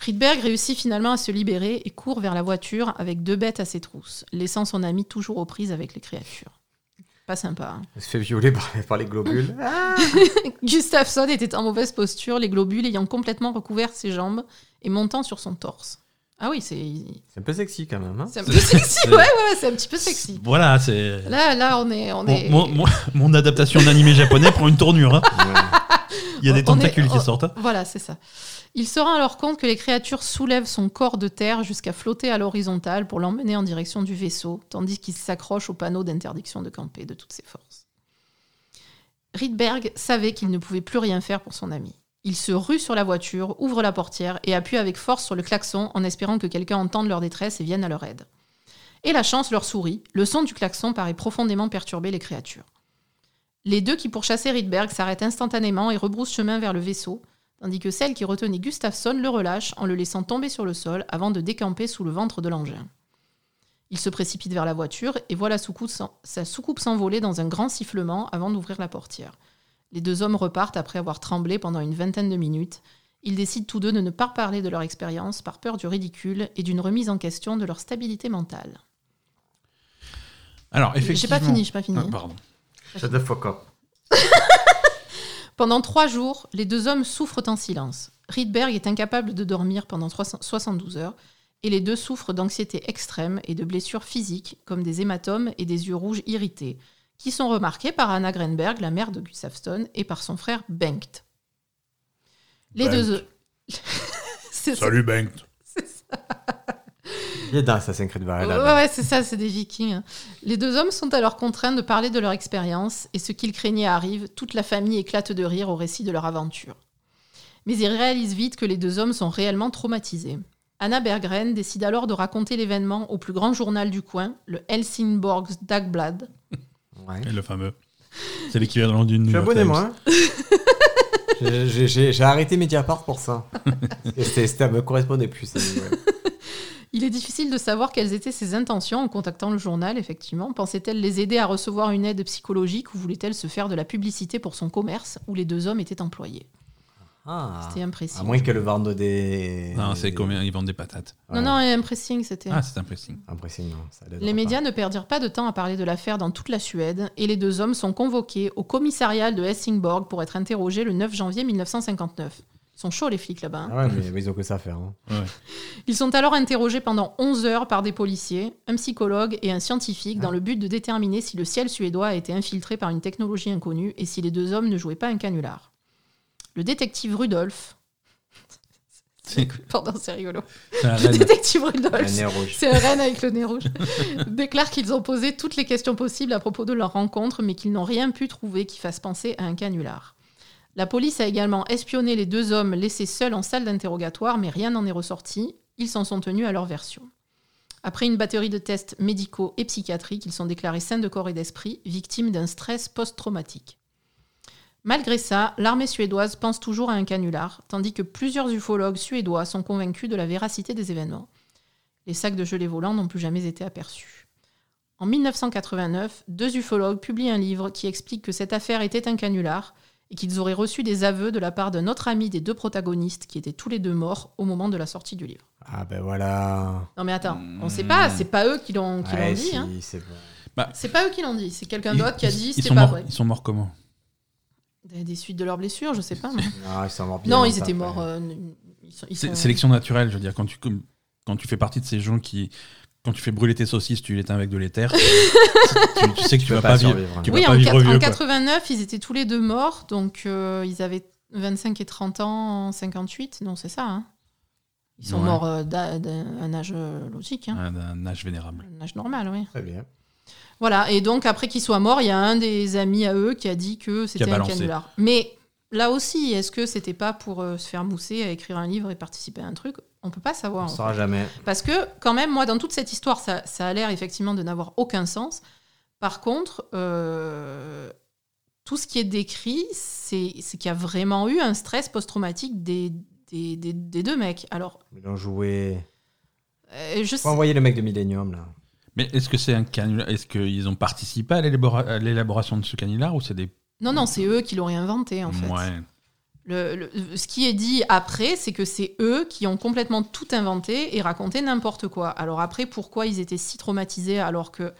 A: Rydberg réussit finalement à se libérer et court vers la voiture avec deux bêtes à ses trousses, laissant son ami toujours aux prises avec les créatures. Pas sympa. hein.
B: Il se fait violer par, par les globules.
A: Gustafsson était en mauvaise posture, les globules ayant complètement recouvert ses jambes et montant sur son torse. Ah oui, c'est
B: C'est un peu sexy quand même. Hein
A: c'est un peu sexy.
C: c'est-
A: Ouais, ouais, c'est un petit peu sexy.
C: Voilà, c'est.
A: Là, là, on est, on est.
C: Mon, mon- mon- mon adaptation d'animé japonais prend une tournure. hein. Il y a
A: On- on
C: des
A: est-
C: tentacules qui
A: on-
C: sortent. hein.
A: Voilà, c'est ça. Il se rend alors compte que les créatures soulèvent son corps de terre jusqu'à flotter à l'horizontale pour l'emmener en direction du vaisseau, tandis qu'il s'accroche au panneau d'interdiction de camper de toutes ses forces. Rydberg savait qu'il ne pouvait plus rien faire pour son ami. Il se rue sur la voiture, ouvre la portière et appuie avec force sur le klaxon en espérant que quelqu'un entende leur détresse et vienne à leur aide. Et la chance leur sourit, le son du klaxon paraît profondément perturber les créatures. Les deux qui pourchassaient Rydberg s'arrêtent instantanément et rebroussent chemin vers le vaisseau, tandis que celle qui retenait Gustafsson le relâche en le laissant tomber sur le sol avant de décamper sous le ventre de l'engin. Il se précipite vers la voiture et voit la soucoupe s'en- sa soucoupe s'envoler dans un grand sifflement avant d'ouvrir la portière. Les deux hommes repartent après avoir tremblé pendant une vingtaine de minutes. Ils décident tous deux de ne pas parler de leur expérience par peur du ridicule et d'une remise en question de leur stabilité mentale.
C: Alors,
A: J'ai
C: effectivement.
A: pas fini, j'ai pas fini.
C: Ah, pardon.
B: Shut the fuck up.
A: Pendant trois jours, les deux hommes souffrent en silence. Rydberg est incapable de dormir pendant 300 72 heures et les deux souffrent d'anxiété extrême et de blessures physiques comme des hématomes et des yeux rouges irrités, qui sont remarqués par Anna Grenberg, la mère de Gustafsson, et par son frère Bengt. Les
F: Bengt.
A: deux. C'est ça.
F: Salut Bengt.
A: c'est ça.
B: Il est dans Assassin's Creed Valhalla.
A: Ouais, ouais, c'est ça, c'est des vikings. hein. Les deux hommes sont alors contraints de parler de leur expérience, et ce qu'ils craignaient arrive, toute la famille éclate de rire au récit de leur aventure. Mais ils réalisent vite que les deux hommes sont réellement traumatisés. Anna Berggren décide alors de raconter l'événement au plus grand journal du coin, le Helsingborgs Dagblad.
B: Ouais.
F: Et
C: Le fameux.
F: C'est l'équivalent d'une.
B: Je suis
F: New York
B: abonné,
F: Times.
B: moi. hein. J'ai- j'ai- J'ai j'ai arrêté Mediapart pour ça. Et c'est- ça me correspondait plus. ça, ouais.
A: Il est difficile de savoir quelles étaient ses intentions en contactant le journal, effectivement. Pensait-elle les aider à recevoir une aide psychologique ou voulait-elle se faire de la publicité pour son commerce où les deux hommes étaient employés
B: Ah.
A: C'était imprécis.
B: À moins qu'elle vende des.
C: Non, c'est combien Ils vendent des patates.
A: Non, non, un pressing, c'était.
C: Ah, c'est un pressing.
B: Impressionnant. ça l'aidera
A: Les
B: pas.
A: médias ne perdirent pas de temps à parler de l'affaire dans toute la Suède et les deux hommes sont convoqués au commissariat de Helsingborg pour être interrogés le 9 janvier 1959. Ils sont chauds les flics là-bas. hein.
B: Ah ouais, mais, mais ils ont que ça à faire. hein.
A: Ils sont alors interrogés pendant 11 heures par des policiers, un psychologue et un scientifique
C: Ah.
A: dans le but de déterminer si le ciel suédois a été infiltré par une technologie inconnue et si les deux hommes ne jouaient pas un canular. Le détective Rudolf.
C: C'est
A: Pardon, c'est rigolo.
C: c'est la
A: Le
C: reine.
A: détective Rudolf.
B: Un nez rouge.
A: C'est un renne avec le nez rouge. Déclare qu'ils ont posé toutes les questions possibles à propos de leur rencontre, mais qu'ils n'ont rien pu trouver qui fasse penser à un canular. La police a également espionné les deux hommes laissés seuls en salle d'interrogatoire, mais rien n'en est ressorti. Ils s'en sont tenus à leur version. Après une batterie de tests médicaux et psychiatriques, ils sont déclarés sains de corps et d'esprit, victimes d'un stress post-traumatique. Malgré ça, l'armée suédoise pense toujours à un canular, tandis que plusieurs ufologues suédois sont convaincus de la véracité des événements. Les sacs de gelée volants n'ont plus jamais été aperçus. En 1989, deux ufologues publient un livre qui explique que cette affaire était un canular et qu'ils auraient reçu des aveux de la part d'un autre ami des deux protagonistes qui étaient tous les deux morts au moment de la sortie du livre.
B: Ah ben voilà.
A: Non mais attends, on sait
C: Hmm.
A: pas, c'est pas eux qui l'ont qui l'ont
B: Ouais,
A: dit.
B: si,
A: hein.
B: c'est bon.
A: C'est pas eux qui l'ont dit, c'est quelqu'un
C: Ils-
A: d'autre qui a dit
C: ils
A: c'était
C: sont
A: pas
C: morts-
A: vrai.
C: Ils sont morts comment
A: Des, des suites de leurs blessures, je sais pas. moi.
B: Ah, ils sont morts bien
A: non, ils
B: longtemps
A: étaient
B: après.
A: morts. euh, n- ils sont- ils
C: C'est-
A: sont-
C: Sélection naturelle, je veux dire, quand tu, com- quand tu fais partie de ces gens qui. Quand tu fais brûler tes saucisses, tu l'éteins avec de l'éther, tu, tu sais que tu,
B: peux
C: vas
B: pas
C: pas vivre.
B: survivre, hein.
C: tu vas
A: Oui,
C: pas
A: en,
C: vivre
A: quat-
C: vieux,
A: en
C: quoi.
A: 89, ils étaient tous les deux morts, donc euh, ils avaient 25 et 30 ans en 58. Non, c'est ça. hein. Ils sont
C: Ouais.
A: morts euh, d'a- d'un un âge euh, logique, hein.
C: Un, un Ah, âge vénérable.
A: un âge normal, oui.
B: Très bien.
A: Voilà, et donc après qu'ils soient morts, il y a un des amis à eux qui a dit que c'était un
C: balancé.
A: canular. Mais là aussi, est-ce que c'était pas pour euh, se faire mousser à écrire un livre et participer à un truc On peut pas savoir.
B: On
A: en
B: saura jamais.
A: parce que, quand même, moi, dans toute cette histoire, ça, ça a l'air effectivement de n'avoir aucun sens. Par contre, euh, tout ce qui est décrit, c'est c'est qu'il y a vraiment eu un stress post-traumatique des, des, des- des deux mecs. Alors,
B: Ils l'ont joué.
A: euh, je sais.
B: Faut envoyer le mec de Millennium là.
C: Mais est-ce que c'est un canular Est-ce qu'ils ont participé à l'élabora- à l'élaboration de ce canular ou c'est des.
A: Non, non, c'est eux qui l'ont réinventé, en fait.
C: Ouais.
A: Le- le- ce qui est dit après, c'est que c'est eux qui ont complètement tout inventé et raconté n'importe quoi. Alors après, pourquoi ils étaient si traumatisés alors que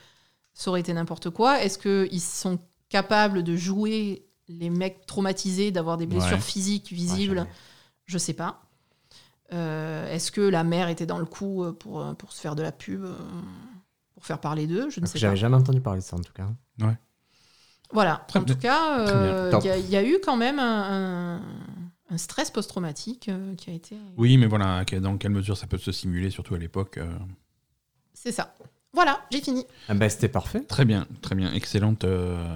A: ça aurait été n'importe quoi Est-ce qu'ils sont capables de jouer les mecs traumatisés, d'avoir des blessures
C: Ouais.
A: physiques visibles
B: Ah,
A: Je sais pas. Euh, Est-ce que la mère était dans le coup euh, pour, euh, pour se faire de la pub, euh, pour faire parler d'eux
C: Ah,
A: Je ne sais pas.
B: J'avais jamais entendu parler de ça en tout cas.
A: Voilà.
C: Très
A: en
C: bien.
A: tout cas, euh,
B: Très
A: il
B: bien.
A: y, a- il y a eu quand même un, un- un stress post-traumatique euh, qui a été.
C: Oui, mais voilà, que- dans quelle mesure ça peut se simuler, surtout à l'époque. euh,
A: C'est ça. Voilà, j'ai fini.
B: Ah ben c'était parfait.
C: Très bien, très bien. Excellente, euh,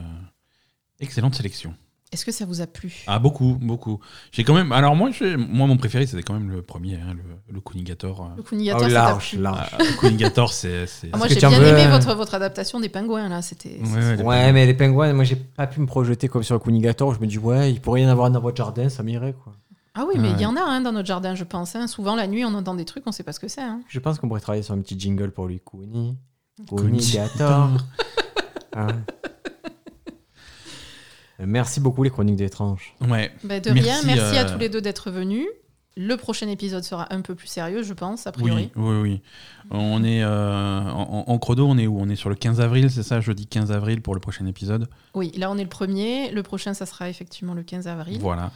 C: excellente sélection.
A: Est-ce que ça vous a plu
C: Ah, beaucoup, beaucoup. J'ai quand même. Alors, moi, j'ai- moi mon préféré, c'était quand même le premier, hein, le, le Kunigator. euh.
A: Le Kunigator,
B: oh,
A: ça t'a
B: large,
A: plu
B: large.
C: Ah, le Kunigator, c'est. c'est-
A: Ah, Moi,
B: Est-ce
A: j'ai
B: que tu en
A: bien
B: veux,
A: aimé
B: euh,
A: votre, votre adaptation des pingouins, là. C'était.
C: Ouais,
A: c'était-
C: ouais, les-
B: Ouais, mais les pingouins, moi j'ai pas pu me projeter comme sur le Kunigator. où Je me dis, ouais, il pourrait y en avoir dans votre jardin, ça m'irait quoi.
A: Ah oui, mais il
C: Ouais.
A: y en a hein, dans notre jardin, je pense. hein. Souvent, la nuit, on entend des trucs, on sait pas ce que c'est. hein.
B: Je pense qu'on pourrait travailler sur un petit jingle pour lui. Kuni,
C: Kuni-
B: Kunigator. Hein. Euh, Merci beaucoup les chroniques d'étranges.
C: Ouais.
A: Bah, de
C: Merci,
A: rien, merci à
C: euh,
A: tous les deux d'être venus. Le prochain épisode sera un peu plus sérieux, je pense, a
C: Oui,
A: priori.
C: oui, oui. On est euh, en, en credo, on est où On est sur le 15 avril, c'est ça Jeudi 15 avril pour le prochain épisode.
A: Oui. là, on est le premier. Le prochain, ça sera effectivement le 15 avril.
C: Voilà.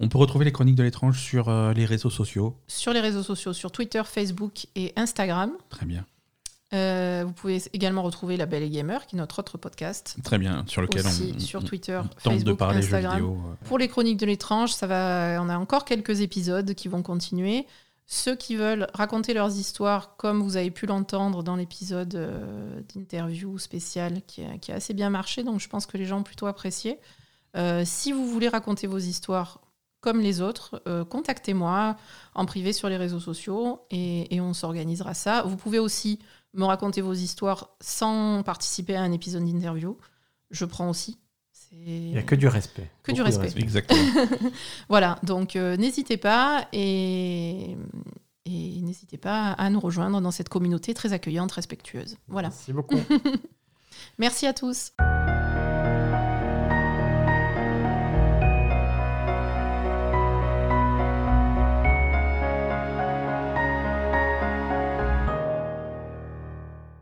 C: On peut retrouver les chroniques de l'étrange sur euh, les réseaux sociaux.
A: Sur les réseaux sociaux, sur Twitter, Facebook et Instagram.
C: Très bien,
A: Euh, vous pouvez également retrouver La Belle et Gamer, qui est notre autre podcast.
C: très bien. Sur lequel
A: Aussi
C: on,
A: sur
C: on-
A: Twitter,
C: on tente
A: Facebook,
C: de parler
A: Instagram.
C: jeux vidéo. euh.
A: Pour les chroniques de l'étrange, ça va. On a encore quelques épisodes qui vont continuer. Ceux qui veulent raconter leurs histoires, comme vous avez pu l'entendre dans l'épisode euh, d'interview spécial qui a, qui a assez bien marché, donc je pense que les gens ont plutôt apprécié. Euh, si vous voulez raconter vos histoires comme les autres, euh, contactez-moi en privé sur les réseaux sociaux et, et on s'organisera ça. Vous pouvez aussi me raconter vos histoires sans participer à un épisode d'interview. Je prends aussi. C'est-
B: Il n'y a que du respect.
A: Que du
B: Beaucoup de
A: respect.
C: Exactement.
A: voilà, donc euh, n'hésitez pas et, et n'hésitez pas à nous rejoindre dans cette communauté très accueillante, respectueuse. Voilà.
B: Merci beaucoup.
A: Merci à tous.